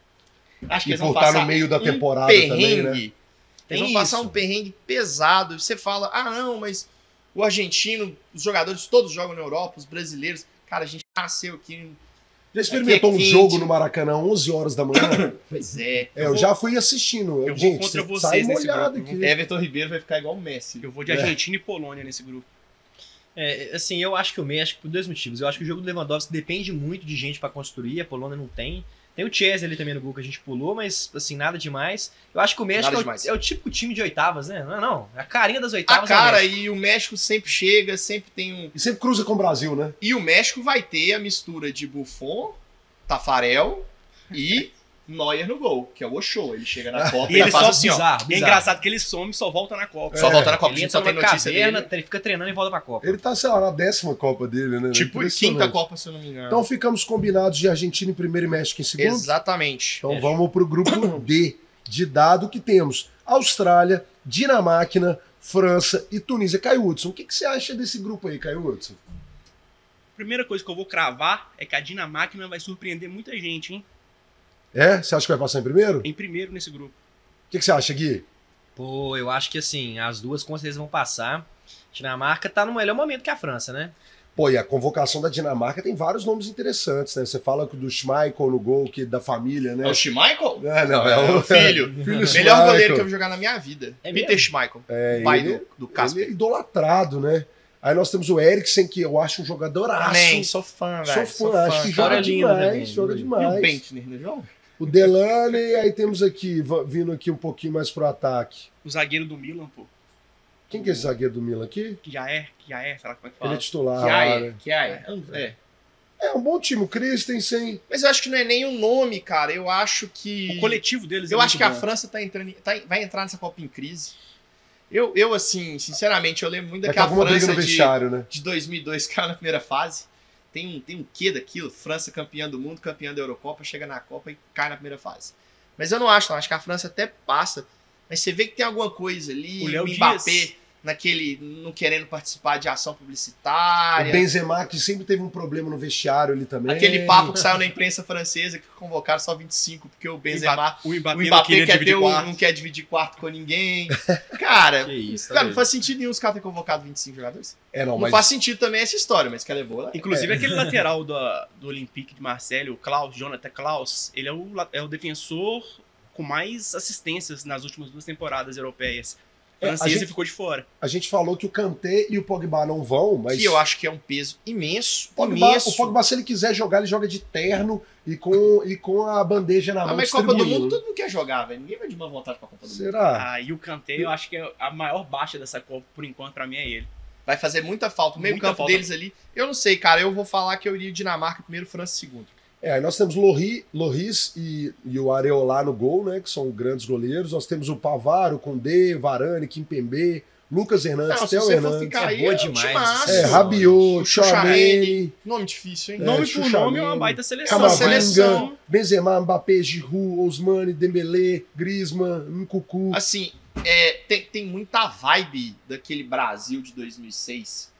S1: Acho que
S2: E
S1: eles vão
S2: voltar
S1: passar
S2: no meio da
S1: um
S2: temporada também,
S1: perrengue.
S2: né?
S5: Tem
S1: Eles vão
S5: isso.
S1: passar um perrengue pesado. Você fala, ah, não, mas o argentino, os jogadores todos jogam na Europa, os brasileiros. Cara, a gente nasceu aqui.
S2: Já experimentou
S1: Aqui é
S2: um
S1: quente.
S2: jogo no Maracanã 11 horas da manhã?
S1: Pois é.
S2: É, eu já fui assistindo.
S3: eu vou
S2: Gente,
S3: contra
S2: você
S3: vocês
S2: sai
S3: nesse
S2: molhado
S3: grupo,
S2: aqui.
S1: Everton Ribeiro vai ficar igual o Messi.
S3: Eu vou de
S2: É.
S3: Argentina e Polônia nesse grupo.
S5: É, assim, eu acho que o México, por dois motivos. Eu acho que o jogo do Lewandowski depende muito de gente pra construir, a Polônia não tem. Tem o Chesney ali também no gol que a gente pulou, mas assim, nada demais. Eu acho que o México
S1: Nada
S5: é o,
S1: demais.
S5: é o típico time de oitavas, né? Não, não. A carinha das
S1: A
S5: oitavas. é o
S1: cara,
S5: México.
S1: e o México sempre chega, sempre tem um.
S2: E sempre cruza com o Brasil, né?
S1: E o México vai ter a mistura de Buffon, Tafarel e Neuer no gol, que é o Ochoa. Ele chega [LAUGHS] na Copa
S3: E
S1: e,
S3: ele
S1: faz
S3: só
S1: assim, ó.
S5: bizarro,
S3: E é
S5: bizarro.
S3: engraçado que ele some e só volta na Copa.
S1: Só volta na Copa, a
S5: Ele
S1: gente
S5: entra
S1: só tem
S5: numa
S1: notícia
S5: caverna,
S1: dele. né?
S5: tre- fica treinando e volta pra Copa.
S2: Ele tá, sei lá, na décima Copa dele, né?
S1: Tipo,
S2: Impressionante.
S1: quinta Copa, se eu não me engano.
S2: Então ficamos combinados de Argentina em primeiro e México em segundo.
S1: Exatamente.
S2: Então vamos pro grupo D de dado que temos Austrália, Dinamarca, França e Tunísia. Caio Hudson, o que, que você acha desse grupo aí, Caio Hudson?
S3: A primeira coisa que eu vou cravar é que a Dinamarca vai surpreender muita gente, hein?
S2: É? Você acha que vai passar em primeiro? O
S3: Em primeiro nesse grupo.
S2: que, que você acha, Gui?
S5: Pô, eu acho que assim, as duas com certeza vão passar. Dinamarca tá no melhor momento que a França, né?
S2: Pô, e a convocação da Dinamarca tem vários nomes interessantes, né? Você fala do Schmeichel no gol, que da família,
S1: É,
S2: né?
S1: o Schmeichel?
S2: É, não, é o
S1: filho.
S2: filho
S1: Melhor goleiro que eu
S2: Schmeichel.
S1: vi jogar na minha vida.
S5: É
S1: Peter
S5: mesmo?
S1: Schmeichel.
S2: [LAUGHS] É,
S1: pai
S2: ele,
S1: do, do Casper.
S2: ele é idolatrado, né? Aí nós temos o Eriksen, que eu acho um jogadoraço.
S1: Também, sou fã,
S2: Sou
S1: velho.
S2: fã, acho que joga
S5: Cara, é lindo
S2: demais,
S5: também,
S2: joga
S5: lindo.
S1: E o
S2: demais.
S1: Bentner, né, João?
S2: O Delaney, aí temos aqui, va- vindo aqui um pouquinho mais pro ataque.
S3: O zagueiro do Milan, pô.
S2: Quem que é esse zagueiro do Milan aqui?
S3: Que já é, que já é, sei lá como é que
S2: Ele
S3: fala.
S2: é titular.
S1: que
S2: lá,
S1: é,
S2: né?
S1: que é.
S5: um
S1: é.
S2: É um bom time. O Christensen.
S1: Mas eu acho que não é nem o nome, cara. Eu acho que.
S3: O coletivo deles
S1: Eu
S3: é
S1: acho que
S3: muito
S1: a
S3: bom.
S1: França tá entrando, em- tá em- vai entrar nessa Copa em crise. Eu, eu assim, sinceramente, eu lembro muito
S2: Vai ter
S1: daquela
S2: alguma tá briga
S1: França
S2: no
S1: de,
S2: vestiário, né?
S1: de 2002, [LAUGHS] cara, na primeira fase. Tem um, tem um quê daquilo? França campeã do mundo, campeã da Eurocopa, chega na Copa e cai na primeira fase. Mas eu não acho, não. Acho que a França até passa. Mas você vê que tem alguma coisa ali.
S3: O Léo
S1: Mbappé
S3: Dias.
S1: naquele. não querendo participar de ação
S2: O
S1: publicitária.
S2: Benzema, que sempre teve um problema no vestiário ali também.
S1: Aquele papo que saiu na imprensa francesa que convocaram só 25, porque o Benzema.
S3: O Mbappé,
S1: O
S3: não
S1: Mbappé
S3: queria
S1: quer ter
S3: dividir
S1: um-
S3: quarto.
S1: não quer dividir quarto com ninguém. Cara,
S3: [LAUGHS]
S5: Que isso, tá
S1: cara, não
S5: doido.
S3: né?
S1: faz sentido nenhum os caras terem convocado 25 jogadores.
S2: É,
S1: Não,
S2: não, mas.
S1: faz sentido também essa história, mas que ela é boa.
S3: Inclusive
S2: [LAUGHS]
S3: aquele lateral da- do, Olympique de Marseille, o Klaus, Jonathan Klaus, ele é o, la- é o defensor com mais assistências nas últimas duas temporadas europeias.
S2: É, a
S3: Francês
S2: gente-
S3: ficou de fora.
S2: A gente falou que o Kanté e o Pogba não vão, mas.
S1: Que eu acho que é um peso imenso.
S2: O Pogba,
S1: imenso.
S2: o Pogba, se ele quiser jogar, ele joga de terno e com, e com a bandeja na
S1: Ah,
S2: mão.
S1: mas Copa do
S2: distribuindo.
S1: Mundo todo mundo quer jogar, velho. Ninguém vai de uma vontade pra Copa do Mundo.
S2: Será?
S3: Ah, e o Kanté, eu acho que é a maior baixa dessa Copa, por enquanto, pra mim, é ele.
S1: Vai fazer muita falta. O meio
S3: Muita
S1: campo
S3: falta.
S1: deles ali. Eu não sei, cara. Eu vou falar que eu iria Dinamarca primeiro, França segundo.
S2: É, aí nós temos Lorri, Loris e, e o Areolá no gol, né? Que são grandes goleiros. Nós temos o Pavaro, o Condé, Varane, Kimpembe, Lucas Hernandes,
S1: Não, se
S2: Theo
S1: você for
S2: Hernandes.
S1: ficar
S5: É
S1: aí,
S5: boa
S1: é um
S5: demais,
S1: timaço.
S2: É,
S5: Nossa,
S2: Rabiot,
S1: o Chouameni.
S2: Chouameni,
S1: Nome difícil, hein?
S2: É,
S3: nome por
S2: Chuchamini,
S3: nome é uma baita seleção.
S1: Camavinga.
S2: Camavinga,
S1: seleção.
S2: Benzema, Mbappé, Giroud, Osmani, Dembélé, Griezmann, Nkuku.
S1: Assim, é, tem, tem muita vibe daquele Brasil de 2006.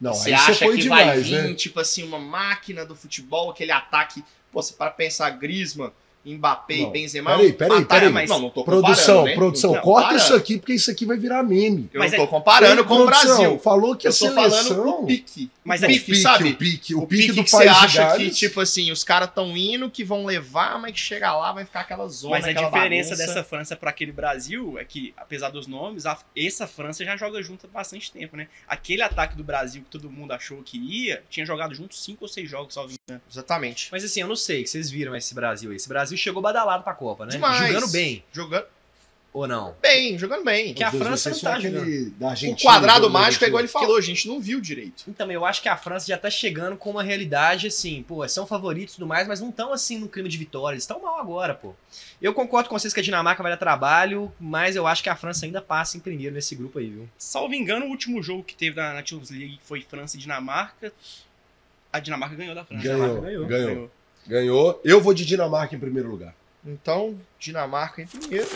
S2: Não,
S1: você
S2: aí você
S1: acha
S2: foi
S1: que vai
S2: demais,
S1: vir,
S2: né?
S1: tipo assim, uma máquina do futebol, aquele ataque. Pô, você para pensar Griezmann, Mbappé e
S2: Não,
S1: Benzema.
S2: Peraí,
S1: um
S2: peraí,
S1: ataque-
S2: peraí.
S1: Não, não tô
S2: Produção,
S1: comparando, né?
S2: produção,
S1: Não tô
S2: corta isso
S1: comparando.
S2: aqui, porque isso aqui vai virar meme.
S1: Eu
S3: Mas é-
S1: não tô comparando
S2: Ei,
S1: com o
S2: produção,
S1: Brasil.
S2: Falou que a
S1: Eu tô falando
S2: seleção.
S1: o pique.
S3: Mas
S1: o
S2: Não,
S3: é
S1: pique, sabe?
S2: O pique,
S1: O,
S2: o pique do
S1: que você
S2: país de
S1: acha que,
S2: Gales.
S1: tipo assim, os caras tão indo, que vão levar, mas que chega lá, vai ficar aquela zona,
S3: Mas a
S1: aquela
S3: diferença
S1: bagunça.
S3: dessa França pra aquele Brasil é que, apesar dos nomes, a- essa França já joga junto há bastante tempo, né? Aquele ataque do Brasil que todo mundo achou que ia, tinha jogado junto cinco ou seis jogos, só
S1: Exatamente.
S5: Mas assim, eu não sei que vocês viram esse Brasil aí. Esse Brasil chegou badalado pra Copa, né?
S1: Demais.
S5: Jogando bem,
S1: Jogando
S5: ou não?
S1: bem, jogando bem.
S5: Que a
S2: Deus,
S5: França
S2: vocês
S5: não tá
S2: são aquele da
S1: O
S2: Argentina,
S1: quadrado
S2: jogo da
S1: mágico é igual ele
S2: Argentina.
S1: falou, a gente não viu direito.
S5: Então, eu acho que a França já tá chegando com uma realidade assim, pô, são favoritos e tudo mais, mas não tão assim no clima de vitórias, estão mal agora, pô. Eu concordo com vocês que a Dinamarca vai dar trabalho, mas eu acho que a França ainda passa em primeiro nesse grupo aí, viu?
S3: Salvo engano, o último jogo que teve na Nations League foi França e Dinamarca. A Dinamarca ganhou da França.
S2: Ganhou,
S5: Ganhou.
S2: ganhou, ganhou. Eu vou de Dinamarca em primeiro lugar.
S1: Então, Dinamarca em primeiro.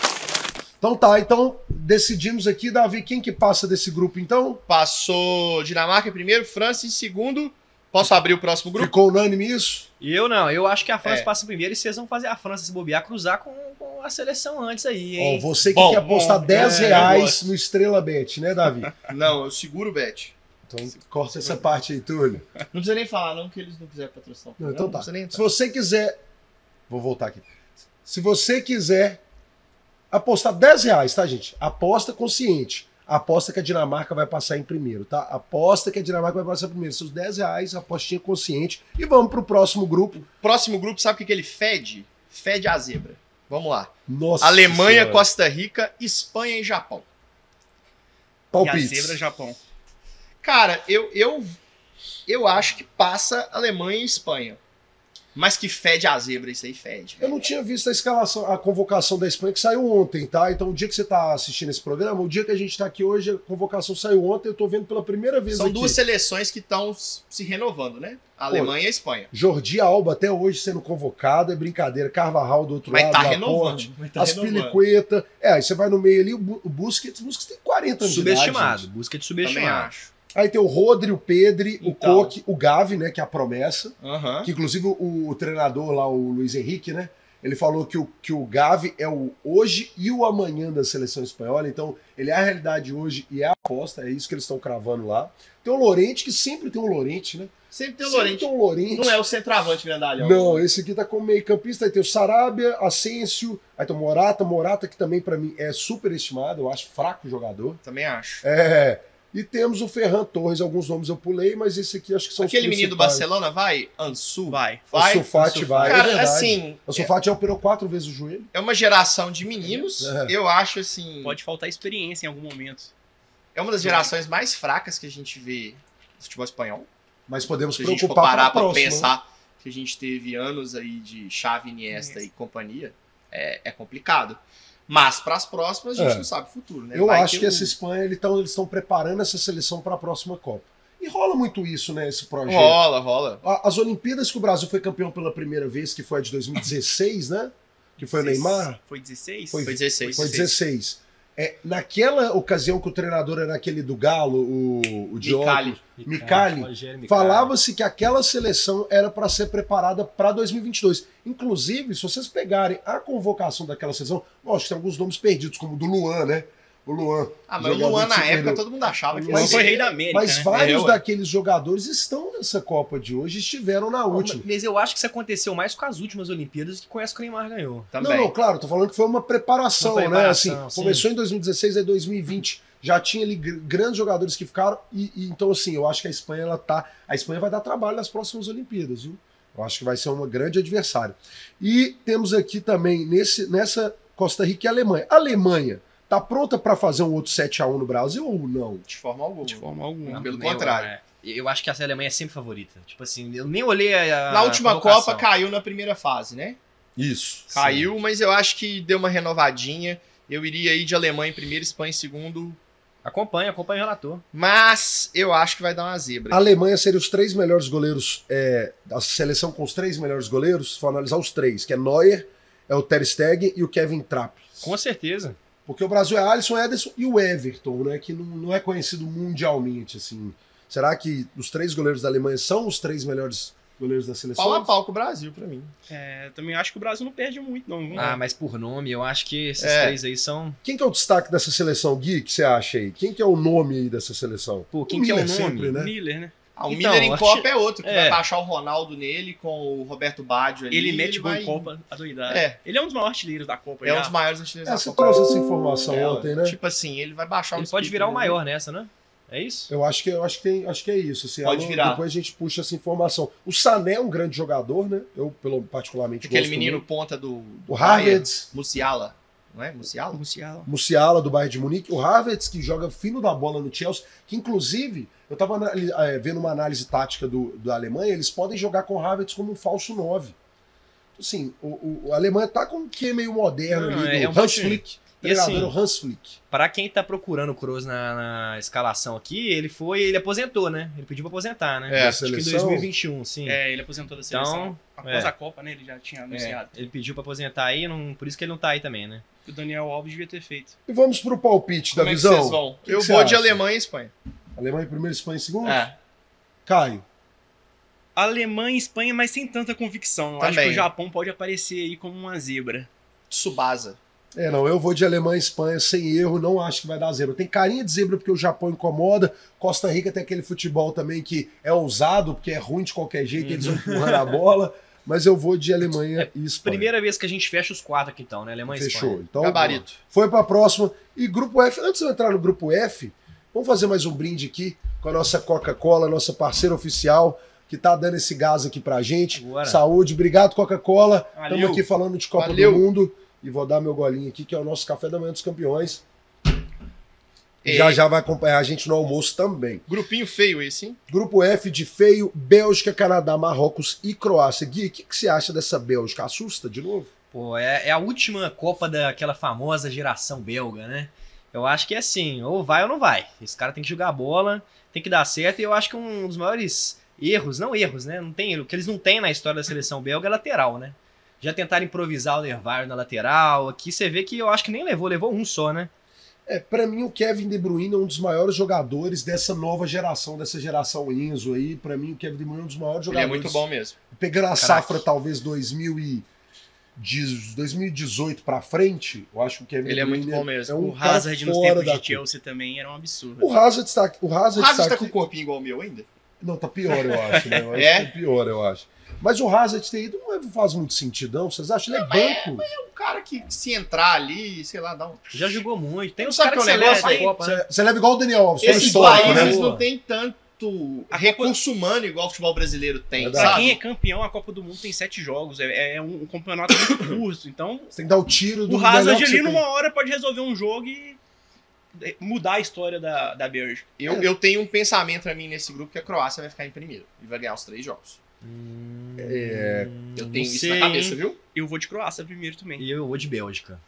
S2: Então tá, então decidimos aqui, Davi, quem que passa desse grupo então?
S1: Passou Dinamarca em primeiro, França em segundo. Posso abrir o próximo
S2: [LAUGHS]
S1: grupo?
S2: Ficou unânime isso?
S5: E eu não, eu acho que a França
S1: É.
S5: passa em primeiro e vocês vão fazer a França se bobear, cruzar com, com a seleção antes aí,
S2: Ó,
S5: hein?
S2: você que
S1: Bom,
S2: quer apostar
S1: bom,
S2: 10
S1: é, eu
S2: reais
S1: gosto.
S2: no Estrela Bet, né, Davi?
S1: Não, eu seguro o bet.
S2: Então corta essa parte aí, Túlio.
S1: Não precisa nem falar, não, que eles não quiserem patrocinar. o
S2: Não,
S1: programa,
S2: então tá.
S1: precisa nem
S2: Se
S1: entrar.
S2: você quiser. Vou voltar aqui. Se você quiser apostar 10 reais, tá, gente? Aposta consciente. Aposta que a Dinamarca vai passar em primeiro, tá? Aposta que a Dinamarca vai passar em primeiro. Seus 10 reais, apostinha consciente. E vamos pro próximo grupo.
S1: Próximo grupo, sabe o que, que ele fede? Fede a zebra. Vamos lá.
S2: Nossa.
S1: Alemanha,
S2: Senhora.
S1: Costa Rica, Espanha e Japão.
S3: E a
S2: palpites.
S3: zebra Japão.
S1: Cara, eu, eu, eu acho que passa Alemanha e Espanha. Mas que fede a zebra, isso aí fede.
S2: Eu não tinha visto a escalação, a convocação da Espanha que saiu ontem, tá? Então o dia que você tá assistindo esse programa, o dia que a gente tá aqui hoje, a convocação saiu ontem, eu tô vendo pela primeira vez
S1: São
S2: aqui.
S1: duas seleções que estão se renovando, né? A
S2: Pô.
S1: Alemanha e a Espanha.
S2: Jordi Alba até hoje sendo convocado, é brincadeira. Carvajal do outro
S1: Mas
S2: lado,
S1: tá
S2: Laporte,
S1: renovando. mas tá
S2: as
S1: renovando.
S2: Piliqueta. É, aí você vai no meio ali, o Bu- o Busquets, o Busquets tem 40 anos de idade,
S5: Subestimado,
S2: gente.
S5: busca de
S1: Também
S5: subestimado.
S1: acho.
S2: aí tem o Rodri, o Pedri, o
S1: Então.
S2: Coque, o Gavi, né, que é a promessa.
S1: Aham.
S2: Que inclusive o, o treinador lá, o Luiz Henrique, né, ele falou que o, que o Gavi é o hoje e o amanhã da seleção espanhola, então ele é a realidade hoje e é a aposta, é isso que eles estão cravando lá. Tem o Lorente, que sempre tem o Lorente, né?
S1: Sempre tem o
S2: Sempre
S1: Lorente.
S2: tem o Lorente.
S1: Não é o centroavante grandalhão.
S2: Não, esse aqui tá como meio campista. Aí tem o Sarabia, Asensio, aí tem o Morata. Morata que também pra mim é super estimado, eu acho fraco jogador.
S1: Também acho.
S2: É. E temos o Ferran Torres, alguns nomes eu pulei, mas esse aqui acho que são
S1: Aquele
S2: os
S1: menino do
S2: principais.
S1: Barcelona vai? Ansu.
S3: Vai.
S1: Vai.
S2: O Sulfati vai, é
S1: Cara,
S2: verdade.
S1: assim,
S2: O Sulfati já operou quatro vezes o joelho.
S1: é uma geração de meninos.
S2: É.
S1: Eu acho assim.
S3: Pode faltar experiência em algum momento.
S1: É uma das gerações mais fracas que a gente vê no futebol espanhol.
S2: Mas podemos
S1: Se a gente for
S2: preocupar para
S1: parar
S2: a
S1: pra
S2: próxima. né?
S1: pensar que a gente teve anos aí de Xavi, Iniesta e companhia, é, é complicado. Mas para as próximas a gente
S2: É.
S1: não sabe o futuro, né?
S2: Eu
S1: Vai
S2: acho
S1: ter
S2: que
S1: um-
S2: essa Espanha eles estão preparando essa seleção para a próxima Copa. E rola muito isso, né? Esse projeto.
S1: rola, rola.
S2: A- As Olimpíadas que o Brasil foi campeão pela primeira vez, que foi a de 2016, né? Que foi o
S3: Dezesseis-
S2: Neymar.
S3: Foi 16?
S1: Foi 16.
S2: Foi 16. É, naquela ocasião que o treinador era aquele do Galo, o, o Diogo,
S1: Micali.
S2: Micali,
S5: Rogério Micali.
S2: falava-se que aquela seleção era para ser preparada para 2022. Inclusive, se vocês pegarem a convocação daquela seleção, lógico, tem alguns nomes perdidos, como o do Luan, né? O Luan.
S1: Ah, mas o
S2: Jogador
S1: Luan
S2: que
S1: na
S2: se
S1: época
S2: perdeu.
S1: todo mundo achava que
S3: Mas
S2: Mas- é
S3: foi rei da América,
S2: Mas
S3: né?
S2: vários
S1: É, ué.
S2: daqueles jogadores estão nessa Copa de hoje, estiveram na última.
S5: Mas eu acho que isso aconteceu mais com as últimas Olimpíadas do que com essa que o Neymar ganhou.
S1: também.
S2: Não, não, claro, tô falando que foi uma preparação,
S5: Uma
S2: né?
S5: preparação,
S2: Assim,
S5: sim.
S2: começou em 2016 aí 2020. Já tinha ali gr- grandes jogadores que ficaram. E, e então, assim, eu acho que a Espanha ela tá. A Espanha vai dar trabalho nas próximas Olimpíadas, viu? Eu acho que vai ser uma grande adversária. E temos aqui também, nesse, nessa Costa Rica e Alemanha. A Alemanha tá pronta para fazer um outro 7x1 no Brasil ou não?
S1: De forma alguma.
S3: De forma alguma.
S1: Pelo
S5: Nem eu,
S1: contrário.
S5: né? Eu acho que a Alemanha é sempre favorita. Tipo assim, eu nem olhei a. a
S1: Na última
S5: colocação.
S1: Copa caiu na primeira fase, né?
S2: Isso.
S1: Caiu, mas eu acho que deu uma renovadinha. Eu iria ir de Alemanha em primeiro, Espanha em segundo.
S5: Acompanha, acompanha o relator.
S1: Mas eu acho que vai dar uma zebra.
S2: A Alemanha seria os três melhores goleiros, é, a seleção com os três melhores goleiros, se for analisar os três, que é Neuer, é o Ter Stegen e o Kevin Trapp.
S5: Com certeza.
S2: Porque o Brasil é Alisson, Ederson e o Everton, né, que não, não é conhecido mundialmente, assim. Será que os três goleiros da Alemanha são os três melhores goleiros da seleção?
S1: Pau a pau com o Brasil, pra mim.
S3: É, eu também acho que o Brasil não perde muito, não. Vamos
S5: Ah,
S3: lá.
S5: mas por nome, eu acho que esses
S1: É.
S5: três aí são.
S2: Quem que é o destaque dessa seleção, Gui, que você acha aí? Quem que é o nome aí dessa seleção?
S5: Pô, quem
S2: O
S5: que é o nome?
S2: Miller sempre, né?
S3: Miller, né?
S1: Ah, o
S5: Então,
S1: Miller em
S5: acho-
S1: Copa é outro, que
S5: é.
S1: vai baixar o Ronaldo nele com o Roberto Baggio ali.
S3: Ele, mete gol
S1: vai-
S3: em Copa, a doidada.
S1: É.
S3: Ele é um dos maiores artilheiros da Copa.
S1: É um dos maiores artilheiros
S2: É,
S1: da
S2: você
S1: Copa.
S2: trouxe essa informação
S1: É,
S2: ontem, né?
S1: Tipo assim, ele vai baixar um
S5: Ele pode
S1: espírito
S5: virar o
S1: dele.
S5: maior nessa, né? É isso?
S2: Eu acho que eu acho que, tem, acho que é isso. Assim,
S1: Pode
S2: Alô,
S1: virar.
S2: Depois a gente puxa essa informação. O Sané é um grande jogador, né? Eu, pelo, particularmente,
S1: Aquele
S2: gosto
S1: menino
S2: muito.
S1: ponta do. do
S2: O
S1: Bayern,
S2: Harvard,
S1: Musiala. Não é? Musiala?
S3: Luciano.
S2: Musiala, do Bayern de Munique. O Harvard, que joga fino da bola no Chelsea, que inclusive, eu tava anali- eh, vendo uma análise tática do, da Alemanha, eles podem jogar com o Harvard como um falso 9. Assim, o, o- a Alemanha tá com um que meio moderno
S5: Não,
S2: ali,
S5: é-
S2: do
S5: é um bom
S2: Hans
S5: time.
S2: Flick.
S5: E assim-
S2: Treinador Hans Flick.
S5: Pra quem tá procurando o Kroos na, na escalação aqui, ele foi, ele aposentou, né? Ele pediu pra aposentar, né?
S1: É,
S5: acho que em
S2: seleção.
S5: 2021, sim.
S3: É, ele aposentou da seleção.
S5: Então,
S3: Após
S5: é.
S3: a Copa, né? Ele já tinha anunciado.
S5: ele pediu pra aposentar aí, não, por isso que ele não tá aí também, né?
S3: O Daniel Alves devia ter feito.
S2: E vamos pro palpite
S1: Como
S2: da
S1: é que
S2: visão.
S1: vocês vão?
S2: que
S1: eu
S2: que
S1: vou
S2: você
S1: de
S2: acha?
S1: Alemanha e Espanha.
S2: Alemanha em primeiro, Espanha em segundo.
S1: É.
S2: Caio.
S3: Alemanha e Espanha, mas sem tanta convicção. Eu acho
S1: Também.
S3: que o Japão pode aparecer aí como uma zebra.
S1: Tsubasa.
S2: É, não, eu vou de Alemanha e Espanha sem erro, não acho que vai dar zebra. Tem carinha de zebra porque o Japão incomoda, Costa Rica tem aquele futebol também que é ousado, porque é ruim de qualquer jeito, eles
S5: Uhum.
S2: vão empurrando a bola, mas eu vou de Alemanha e Espanha.
S5: É, Primeira vez que a gente fecha os quatro aqui, então, né? Alemanha e
S2: Fechou.
S5: Espanha.
S2: Então,
S1: Gabarito.
S2: foi pra próxima. E grupo F, antes de eu entrar no grupo F, vamos fazer mais um brinde aqui com a nossa Coca-Cola, nossa parceira oficial, que tá dando esse gás aqui pra gente.
S5: Bora.
S2: Saúde, obrigado Coca-Cola. Estamos
S3: Valeu.
S2: aqui falando de Copa
S1: Valeu.
S2: do Mundo e vou dar meu golinho aqui, que é o nosso café da manhã dos campeões. E
S1: É.
S2: já já vai acompanhar a gente no almoço também.
S1: Grupinho feio esse, hein? é
S2: Grupo F de feio, Bélgica, Canadá, Marrocos e Croácia. Gui, o que, que você acha dessa Bélgica? Assusta de novo?
S5: Pô, é, é a última Copa daquela famosa geração belga, né? Eu acho que é assim, ou vai ou não vai. Esse cara tem que jogar a bola, tem que dar certo, e eu acho que um dos maiores erros, não erros, né? Não tem erro. O que eles não têm na história da seleção belga é lateral, né? Já tentaram improvisar o Nervário na lateral, aqui você vê que eu acho que nem levou, levou um só, né?
S2: É, para mim o Kevin De Bruyne é um dos maiores jogadores dessa nova geração, dessa geração Enzo aí. Pra mim o Kevin De Bruyne é um dos maiores
S1: Ele é
S2: jogadores.
S1: muito bom mesmo.
S2: Pegando a
S5: Craque.
S2: safra talvez 2000 e 2018 pra frente, eu acho que o Kevin
S1: Ele
S2: De
S1: é
S2: Bruyne
S1: muito bom mesmo.
S2: É um
S3: O Hazard
S2: cara
S3: nos
S2: fora
S3: tempos
S2: da
S3: de Chelsea também era um absurdo.
S2: O Hazard está aqui. O
S1: O
S2: Hazard,
S1: Hazard
S2: está
S1: tá com o
S2: aqui-
S1: corpinho igual o meu ainda?
S2: Não, tá pior, eu acho. Né?
S3: [LAUGHS]
S2: Eu acho
S1: É?
S2: que tá pior, eu acho. Mas o Hazard ter ido não é- faz muito sentido, não. Vocês acham? Ele é banco.
S1: É um cara que se entrar ali, sei lá, dá um...
S5: Já jogou muito. Tem
S1: Não
S5: uns
S1: sabe
S5: caras que
S1: que é um
S5: celebram
S1: negócio
S5: a Copa, né?
S2: Você- Você leva igual o Daniel Alves. pelo
S1: Esses
S2: histórico, né?
S1: países
S5: né?
S1: não tem tanto recurso humano igual o futebol brasileiro tem,
S2: Verdade.
S3: Pra
S1: sabe?
S3: quem é campeão, a Copa do Mundo tem sete jogos. É, é um, um campeonato
S2: [COUGHS]
S3: muito curto. Então,
S2: Você tem que dar o tiro do
S3: o
S2: melhor
S3: Hazard
S2: que você
S3: ali
S2: tem.
S3: numa hora pode resolver um jogo e é, mudar a história da, da Bélgica.
S1: Eu, eu tenho um pensamento pra mim nesse grupo que a Croácia vai ficar em primeiro e vai ganhar os três jogos.
S2: É,
S1: Eu tenho isso
S5: sei,
S1: na cabeça,
S5: hein?
S1: viu?
S3: Eu vou de Croácia primeiro também.
S5: E Hum, eu vou de Bélgica.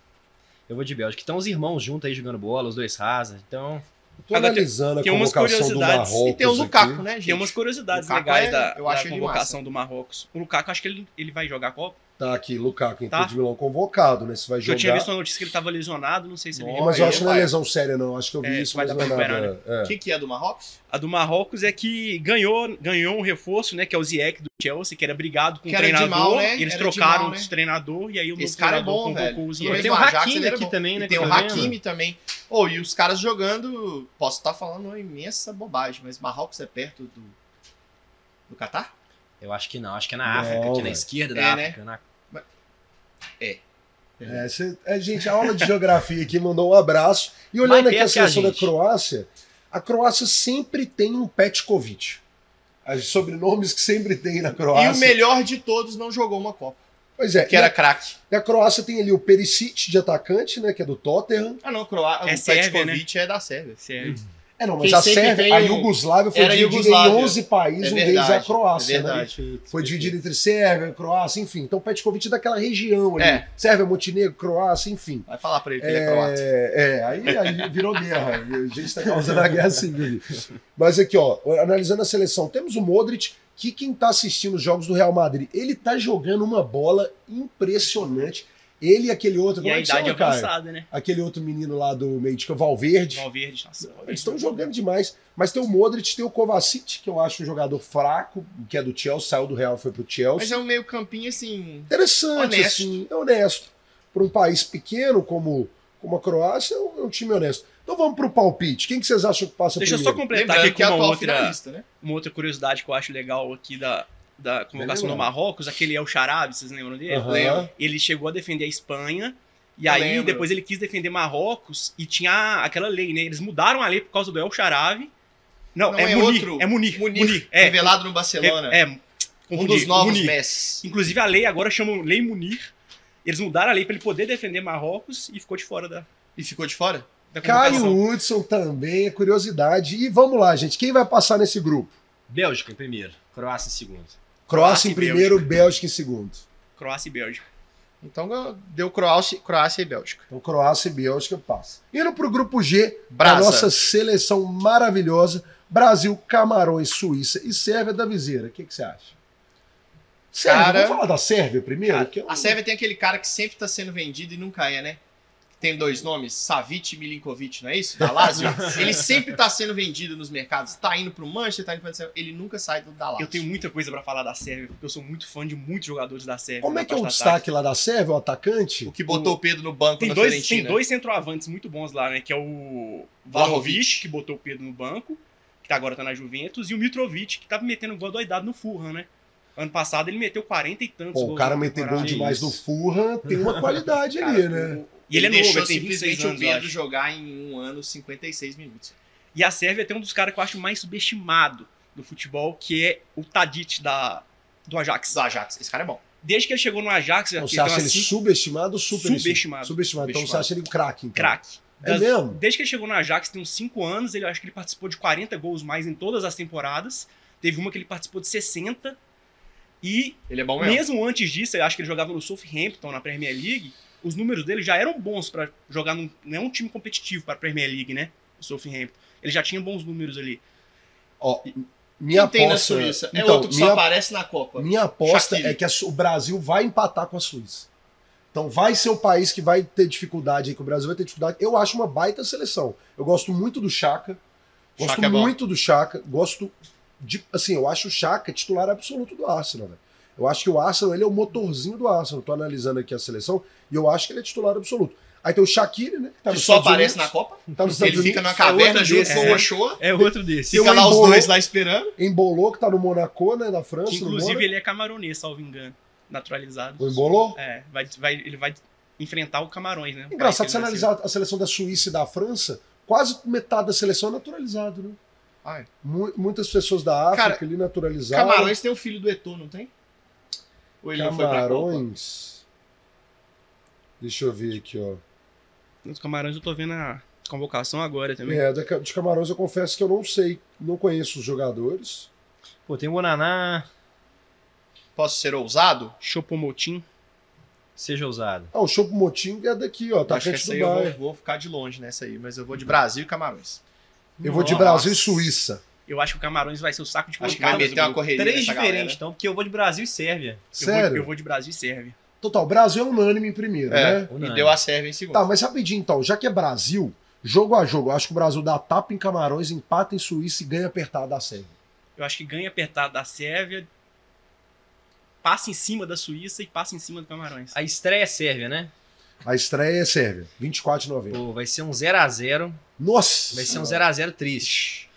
S5: Eu vou de Bélgica. Então os irmãos juntos aí jogando bola, os dois Hazard, então...
S2: Tô
S3: Agora,
S2: analisando
S3: tem
S2: a
S3: umas
S2: convocação do
S3: curiosidades.
S2: Marrocos.
S1: E tem o
S2: aqui.
S1: Lukaku, né, gente?
S3: Tem umas curiosidades
S1: o Kaká
S3: legais
S1: é-
S3: da,
S1: eu acho
S3: da
S1: ele
S3: convocação do Marrocos. O Lukaku, acho que ele, ele vai jogar a Copa.
S2: Tá aqui, Lukaku,
S3: Tá.
S2: tá. de Milão convocado, né? Você vai
S3: Eu tinha
S2: jogar.
S3: visto uma notícia que ele tava lesionado, não sei se ele
S1: Nossa,
S3: joga.
S2: Mas eu
S1: Aí,
S2: acho que não é
S1: vai.
S2: lesão séria, não. Acho que eu vi
S3: É,
S2: isso,
S3: vai
S2: mas não
S3: dar
S2: é
S3: pra né?
S2: nada.
S1: O
S2: É.
S1: que, que é do Marrocos?
S3: A do Marrocos é que ganhou, ganhou um reforço, né? Que é o Ziyech do Chelsea, que era brigado com
S1: Que
S3: o
S1: era de
S3: treinador.
S1: mal, né?
S3: Eles
S1: Era de
S3: trocaram
S1: mal, né?
S3: os treinador e aí o novo
S1: Esse cara é
S3: treinador
S1: bom,
S3: convocou
S1: velho.
S3: o
S1: Ele
S3: Ziyech.
S1: é
S5: tem o
S1: Ajax,
S5: Hakimi
S1: ele era
S5: aqui
S1: bom.
S5: também, né?
S1: E tem
S5: que
S1: o
S5: eu tô vendo.
S1: Hakimi também. Ou e os caras jogando, posso estar falando uma imensa bobagem, mas Marrocos é perto do do Catar?
S5: Eu acho que não, acho que é na África,
S2: Não,
S5: aqui na
S2: velho.
S5: esquerda da
S1: É, né?
S5: África. na-
S2: É, cê- é, gente, a aula de geografia aqui mandou um abraço. E olhando
S5: Mais
S2: aqui a
S5: perto que a
S2: seleção da
S5: gente.
S2: Croácia, a Croácia sempre tem um Petkovic. As sobrenomes que sempre tem na
S1: E
S2: Croácia.
S1: o melhor de todos não jogou uma Copa,
S2: Pois é,
S1: que era craque.
S2: e a Croácia tem ali o Perisic de atacante, né? Que é do Tottenham.
S1: Ah não, Croá...
S3: É
S1: o
S3: Sérvia,
S1: Petkovic é da Sérvia.
S3: Sério.
S2: É, não, mas
S1: Quem
S2: a
S1: sempre tem
S2: Sérvia, a
S1: o-
S2: Iugoslávia foi
S1: Era
S2: dividida em
S1: Iugoslávia.
S2: 11 países,
S1: É
S2: um deles é a
S1: verdade,
S2: Croácia,
S1: é
S2: né?
S1: verdade.
S2: Foi dividido entre Sérvia, Croácia, enfim. Então, Petkovic é daquela região ali.
S1: É.
S2: Sérvia, Montenegro, Croácia, enfim.
S1: Vai falar pra ele que ele é croata.
S2: É, é, aí, aí virou guerra. A
S1: [LAUGHS]
S2: gente está causando a guerra civil. ali. Mas aqui, ó, analisando a seleção, temos o Modric, que quem tá assistindo os jogos do Real Madrid, ele tá jogando uma bola impressionante. Ele e aquele outro,
S3: E
S2: como
S3: a
S2: é que chama,
S3: idade
S2: cara?
S3: avançada, né?
S2: Aquele outro menino lá do meio de campo, Valverde.
S3: Valverde, nossa.
S2: Eles estão jogando demais. Mas tem o Modric, tem o Kovacic, que eu acho um jogador fraco, que é do Chelsea, saiu do Real e foi pro Chelsea.
S1: Mas é um meio campinho assim.
S2: interessante,
S1: Honesto.
S2: assim, é honesto. Para um país pequeno como, como a Croácia, é um, é um time honesto. Então vamos para o palpite. Quem que vocês acham que passa
S3: Deixa eu só
S2: primeiro?
S3: completar
S1: Lembrando
S3: aqui
S1: que é
S3: com uma
S1: atual
S3: outra,
S1: finalista, né?
S3: uma outra curiosidade que eu acho legal aqui da, da convocação
S2: Bem
S3: do
S2: legal.
S3: Marrocos, aquele El Charabi, vocês lembram dele?
S2: Aham.
S1: lembro.
S3: Ele chegou a defender a Espanha. E
S1: Eu
S3: aí,
S1: lembro.
S3: depois ele quis defender Marrocos e tinha aquela lei, né? Eles mudaram a lei por causa do El Charabi. Não,
S1: Não,
S3: é,
S1: é
S3: Munir,
S1: outro.
S3: é Munir.
S1: Munir.
S3: é.
S1: Revelado no Barcelona.
S3: É, é,
S1: um
S3: confundi,
S1: dos novos
S3: Munir.
S1: Messi.
S3: Inclusive, a lei agora chama Lei Munir. Eles mudaram a lei pra ele poder defender Marrocos e ficou de fora da,
S1: E ficou de fora?
S3: da convocação.
S2: Caio Hudson também, é curiosidade. E vamos lá, gente. Quem vai passar nesse grupo?
S5: Bélgica em primeiro, Croácia em segundo.
S2: Croácia em
S3: e
S2: primeiro, Bélgica em segundo.
S3: Croácia e Bélgica.
S1: Então deu Croácia, Croácia e Bélgica.
S2: Então Croácia e Bélgica passa. Indo para o grupo G, a
S1: Brasa.
S2: nossa seleção maravilhosa. Brasil, Camarões, Suíça e Sérvia da Viseira. O que, que você acha? Sérvia,
S1: Cara-
S2: vamos falar da Sérvia primeiro? Que é um-
S1: A Sérvia tem aquele cara que sempre tá sendo vendido e nunca é, né? tem dois nomes, Savic e Milinkovic, não é isso? Da
S3: [LAUGHS]
S1: Lazio. ele sempre tá sendo vendido nos mercados. Tá indo pro Manchester, tá indo pro Ele nunca sai do da Lazio.
S3: Eu tenho um muita coisa pra falar da Sérvia, porque eu sou muito fã de muitos jogadores da Sérvia.
S2: Como
S3: na
S2: é que é o
S3: parte do ataque.
S2: destaque lá da Sérvia, o atacante?
S1: O que botou o Pedro no banco
S3: Tem
S1: na
S3: dois,
S1: Fiorentina.
S3: tem dois centroavantes muito bons lá, né? Que é o
S1: Vlahovic.
S3: Vlahovic, que botou o Pedro no banco, que tá- agora tá na Juventus, e o Mitrovic, que tava metendo gol doidado no Fulham, né? Ano passado ele meteu 40 e tantos
S2: Pô, o
S3: gols
S2: cara
S3: na
S2: meter gol
S3: temporada.
S2: demais no Fulham tem uma qualidade ali, né?
S3: E ele é novo,
S1: deixou
S3: ele tem 26
S1: simplesmente
S3: anos,
S1: o
S3: eu
S1: Pedro
S3: acho.
S1: jogar em um ano 56 minutos.
S3: E a Sérvia tem um dos caras que eu acho mais subestimado do futebol, que é o Tadic da, do Ajax.
S1: Do Ajax. Esse cara é bom.
S3: Desde que ele chegou no Ajax,
S2: Então,
S3: que
S2: você acha
S3: tem
S2: ele
S3: assim,
S2: subestimado ou superestimado?
S3: Subestimado.
S2: Subestimado. Então você
S1: Subestimado.
S2: acha ele um craque, então?
S3: craque.
S2: É
S3: Das-
S2: mesmo?
S3: Desde que ele chegou no Ajax, tem uns 5 anos, ele eu acho que ele participou de 40 gols mais em todas as temporadas. Teve uma que ele participou de 60. E
S1: Ele é bom mesmo.
S3: mesmo antes disso, eu acho que ele jogava no Southampton na Premier League, os números dele já eram bons pra jogar num não é um time competitivo para Premier League, né? O Southampton. Ele já tinha bons números ali.
S2: Ó,
S1: Quem
S2: minha
S1: tem na
S2: aposta...
S1: Suíça? É
S2: Então,
S1: outro que só
S2: minha
S1: aparece na Copa.
S2: Minha aposta
S1: Shaqiri.
S2: é que a Su- o Brasil vai empatar com a Suíça. Então vai ser um país que vai ter dificuldade, aí, que o Brasil vai ter dificuldade. Eu acho uma baita seleção. Eu gosto muito do Chaka. Gosto
S1: Xhaka é bom.
S2: muito do Chaka. Gosto de. Assim, eu acho o Chaka titular absoluto do Arsenal, velho. Eu acho que o Arsenal ele é o motorzinho do Arsenal. Tô analisando aqui a seleção e eu acho que ele é titular absoluto. Aí tem o Shaqiri, né? Que, tá
S1: que
S2: nos
S1: só
S2: Estados
S1: aparece na
S2: Unidos,
S1: Copa.
S2: Tá nos Estados
S1: Ele fica
S2: Unidos.
S1: numa caverna
S3: outro
S1: junto
S3: desse,
S1: com
S3: né?
S1: o Ochoa.
S3: É outro desses.
S1: Fica
S2: um
S1: lá os
S2: Embolo.
S1: dois lá esperando.
S2: Embolou, que tá no Monaco, né? Na França.
S3: Que,
S2: no
S3: inclusive
S2: Mônaco.
S3: ele é camaronês, salvo engano, naturalizado.
S2: O Embolou?
S3: É, vai, vai- ele vai enfrentar o Camarões, né?
S2: Engraçado, se
S3: Vai ser-
S2: analisar a seleção da Suíça e da França, quase metade da seleção é naturalizado, né?
S1: Ai.
S2: Mu- muitas pessoas da África
S1: Cara,
S2: ali naturalizaram.
S1: Camarões tem o filho do Eto'o, não tem? Ou ele não foi pra Copa?
S2: Camarões. Deixa eu ver aqui, ó.
S3: Os Camarões eu tô vendo a convocação agora também.
S2: É, da Ca- de Camarões eu confesso que eu não sei, não conheço os jogadores.
S5: Pô, tem um o Bonaná,
S1: Posso ser ousado?
S3: Chopomotin.
S5: seja ousado.
S2: Ah, o Chopo Motim é daqui, ó,
S1: Acho que
S2: atacante
S1: essa
S2: do
S1: aí eu
S2: Bayern. Eu
S1: vou,
S2: vou,
S1: vou ficar de longe nessa aí, mas eu vou de Brasil e Camarões.
S2: de
S1: Nossa.
S2: Brasil e Suíça.
S3: Eu acho que o Camarões vai ser o saco de
S1: Acho que vai
S3: pancadas do
S1: meter
S3: grupo.
S1: uma correria
S5: Três
S1: nessa
S5: diferentes,
S1: galera.
S5: então, porque eu vou de Brasil e Sérvia.
S3: Eu vou-
S2: Sério?
S3: Eu vou de Brasil e Sérvia.
S2: Total, Brasil é unânime em primeiro,
S1: É.
S2: né?
S1: E deu a Sérvia em segundo.
S2: Tá, mas rapidinho então, já que é Brasil, jogo a jogo, eu acho que o Brasil dá tapa em Camarões, empata em Suíça e ganha apertada da Sérvia.
S3: Eu acho que ganha apertado da Sérvia, passa em cima da Suíça e passa em cima do Camarões.
S5: A estreia é Sérvia, né?
S2: A estreia é Sérvia, 24 de novembro.
S5: Pô, vai ser um 0x0.
S2: Nossa!
S5: Vai ser um
S2: Senhora.
S5: 0x0 triste.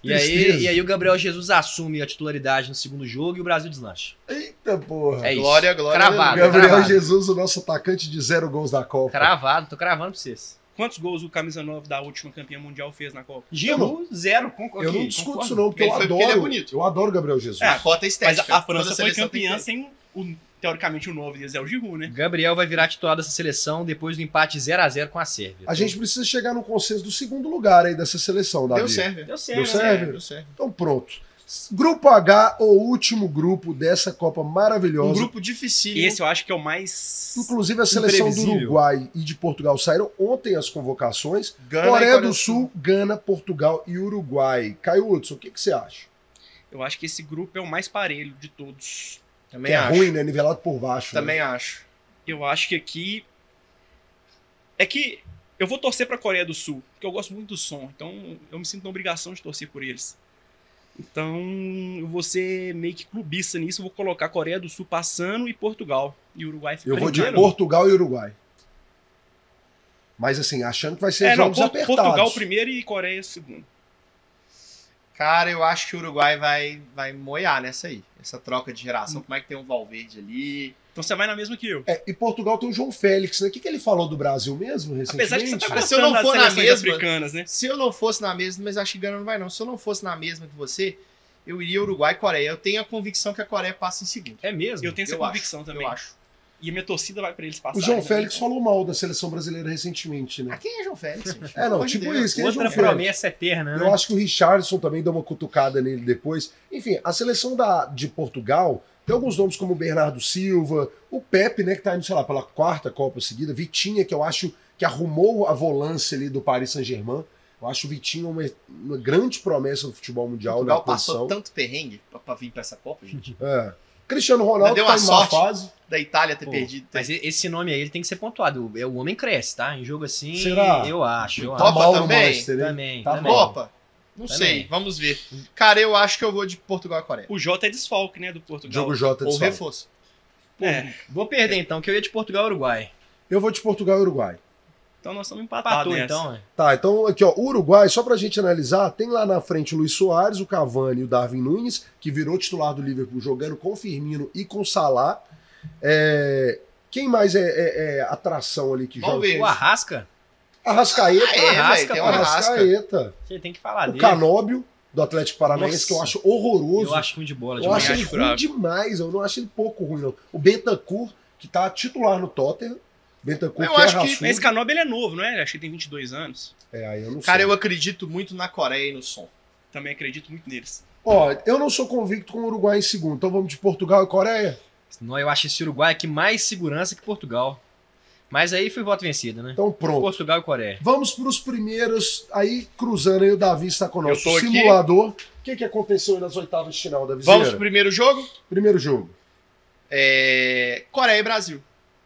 S2: Que
S5: E aí,
S2: tristeza.
S5: e aí o Gabriel Jesus assume a titularidade no segundo jogo e o Brasil deslancha.
S2: Eita porra!
S5: É isso.
S1: Glória, glória.
S5: Cravado.
S1: aleluia.
S2: Gabriel
S5: cravado.
S2: Jesus, o nosso atacante de zero gols da Copa.
S5: Cravado, tô cravando pra vocês.
S3: Quantos gols o Camisa 9 da última campeã mundial fez na Copa?
S5: Giru, zero. Concordo.
S2: Eu não discuto isso não, porque
S1: Ele
S2: eu
S1: foi
S2: adoro.
S1: um porque ele é bonito.
S2: Eu adoro Gabriel Jesus.
S1: É, a cota é
S3: Mas
S1: estética.
S3: a, a
S1: Toda
S3: França foi
S1: seleção tem que
S3: campeã
S1: ter.
S3: sem, o, teoricamente, o 9 deles é o Giroud, né?
S5: Gabriel vai virar titular dessa seleção depois do empate 0x0 com a Sérvia.
S2: A gente precisa chegar no consenso do segundo lugar aí dessa seleção, Davi.
S1: Deu Sérvia.
S5: Deu certo. né?
S2: Deu Sérvia?
S1: Deu Sérvia.
S2: Então pronto. Grupo H, o último grupo dessa Copa maravilhosa.
S1: Um grupo dificílimo.
S3: Esse eu acho que é o mais.
S2: Inclusive a seleção do
S5: Imprevisível.
S2: Uruguai e de Portugal saíram ontem as convocações.
S1: Gana e
S2: Coreia
S1: Coreia
S2: do Sul, Gana, Portugal e Uruguai. Caio Hudson, o que, que você acha?
S3: Eu acho que esse grupo é o mais parelho de todos.
S1: Também
S2: que é
S1: acho.
S2: ruim, né? Nivelado por baixo. né?
S1: Também acho.
S3: Eu acho que aqui. É que eu vou torcer pra Coreia do Sul, porque eu gosto muito do som, então eu me sinto na obrigação de torcer por eles. Então eu vou ser meio que clubista nisso, eu vou colocar Coreia do Sul passando e Portugal. E Uruguai
S2: Eu vou de
S3: brincando.
S2: Portugal e Uruguai. Mas assim, achando que vai ser
S3: É, não,
S2: jogos
S3: Por-
S2: apertados.
S3: Portugal primeiro e Coreia segundo.
S1: Cara, eu acho que o Uruguai vai, vai moiar nessa aí. Essa troca de geração.
S5: Hum.
S1: Como é que tem um Valverde ali?
S3: Então você vai na mesma que eu.
S2: É, e Portugal tem o João Félix, né? O que, que ele falou do Brasil mesmo
S3: Apesar de
S2: recentemente?
S3: que você tá
S1: Cara,
S3: gostando
S1: se eu não
S3: das
S1: for na
S3: seleções
S1: mesma-
S3: africanas, né?
S1: Se eu não fosse na mesma, mas acho que Gana não vai não. Se eu não fosse na mesma que você, eu iria Uruguai e Coreia. Eu tenho a convicção que a Coreia passa em segundo.
S5: É mesmo?
S3: Eu tenho essa
S1: Eu
S3: convicção
S1: acho,
S3: também.
S1: Eu acho.
S3: E a minha torcida vai pra eles passarem. né?
S2: O João
S3: também.
S2: Félix falou mal da seleção brasileira recentemente,
S1: Ah,
S2: né?
S1: quem é João Félix? gente?
S2: É,
S1: Pelo
S2: não,
S1: amor de
S2: tipo
S1: Deus.
S2: isso, quem é
S5: Hum. Outra
S2: João Félix?
S5: promessa eterna, né?
S2: Eu acho que o Richardson também deu uma cutucada nele depois. Enfim, a seleção da, de Portugal tem alguns nomes como o Bernardo Silva, o Pepe, né, que tá indo, sei lá, pela quarta Copa seguida, Vitinha, que eu acho que arrumou a volância ali do Paris Saint-Germain. Eu acho o Vitinha uma, uma grande promessa do futebol mundial
S1: Portugal
S2: na
S1: passou
S2: posição.
S1: tanto perrengue pra, pra vir pra essa Copa, gente.
S2: É. Cristiano Ronaldo
S1: Deu
S2: tá
S1: uma
S2: em má
S1: sorte.
S2: fase.
S1: Da Itália ter
S5: Pô,
S1: perdido. ter-
S5: Mas e- esse nome aí ele tem que ser pontuado. O, é, o homem cresce, tá? Em jogo assim,
S2: Será?
S5: eu acho. Eu
S1: Topa
S5: acho.
S1: também?
S2: Tá Manchester, hein?
S5: Também,
S2: Tá
S5: também.
S1: Copa? Não
S5: Também.
S1: sei, vamos ver. Cara, eu acho que eu vou de Portugal a Coreia.
S3: O Jota é desfalque, né, do Portugal.
S2: Diogo Jota
S1: Ou
S2: de saldo.
S1: reforço.
S3: É,
S5: Vou perder então, que eu ia de Portugal e Uruguai.
S2: Eu vou de Portugal e Uruguai.
S3: então nós estamos empatados
S5: Empatou
S3: nessa.
S5: então, né?
S2: Tá, então aqui, ó, Uruguai, só pra gente analisar, tem lá na frente o Luiz Soares, o Cavani e o Darwin Nunes, que virou titular do Liverpool jogando com o Firmino e com o Salah. É, Quem mais é, é- é atração ali que
S1: Vamos
S2: joga?
S1: ver.
S5: O Arrasca,
S2: Arrascaeta.
S1: Ah, é,
S5: Arrasca,
S1: velho, tem
S5: pô,
S1: uma rasca.
S2: Arrascaeta.
S5: você tem que falar
S2: O
S5: dele.
S2: Canóbio, do Atlético Paranaense,
S5: Nossa.
S2: que eu acho horroroso.
S5: Eu acho ruim de bola
S2: Eu
S5: demais.
S2: acho
S3: acho
S2: ele ruim
S3: fraco.
S2: demais, eu não acho ele pouco ruim, não. O Bentancur, que tá titular no Tottenham. Bentancur
S1: Eu
S2: que é
S1: acho que-
S2: raçudo.
S3: Mas esse Canob, ele é novo, não é? Acho que ele tem 22 anos.
S2: É, aí eu não
S1: Cara,
S2: sei.
S1: eu acredito muito na Coreia e no som.
S3: Também acredito muito neles.
S2: Ó, eu não sou convicto com o Uruguai em segundo, então vamos de Portugal e Coreia?
S5: Não, eu acho esse Uruguai aqui mais segurança que Portugal. Mas aí foi voto vencido, né?
S2: Então pronto.
S5: Portugal e Coreia.
S2: Vamos para os primeiros, aí cruzando aí o Davi está com o nosso
S1: Eu tô aqui.
S2: simulador. O que, que aconteceu aí nas oitavas de final, Davi?
S1: Vamos pro
S2: Vieira?
S1: primeiro jogo?
S2: Primeiro jogo.
S1: É, Coreia e Brasil.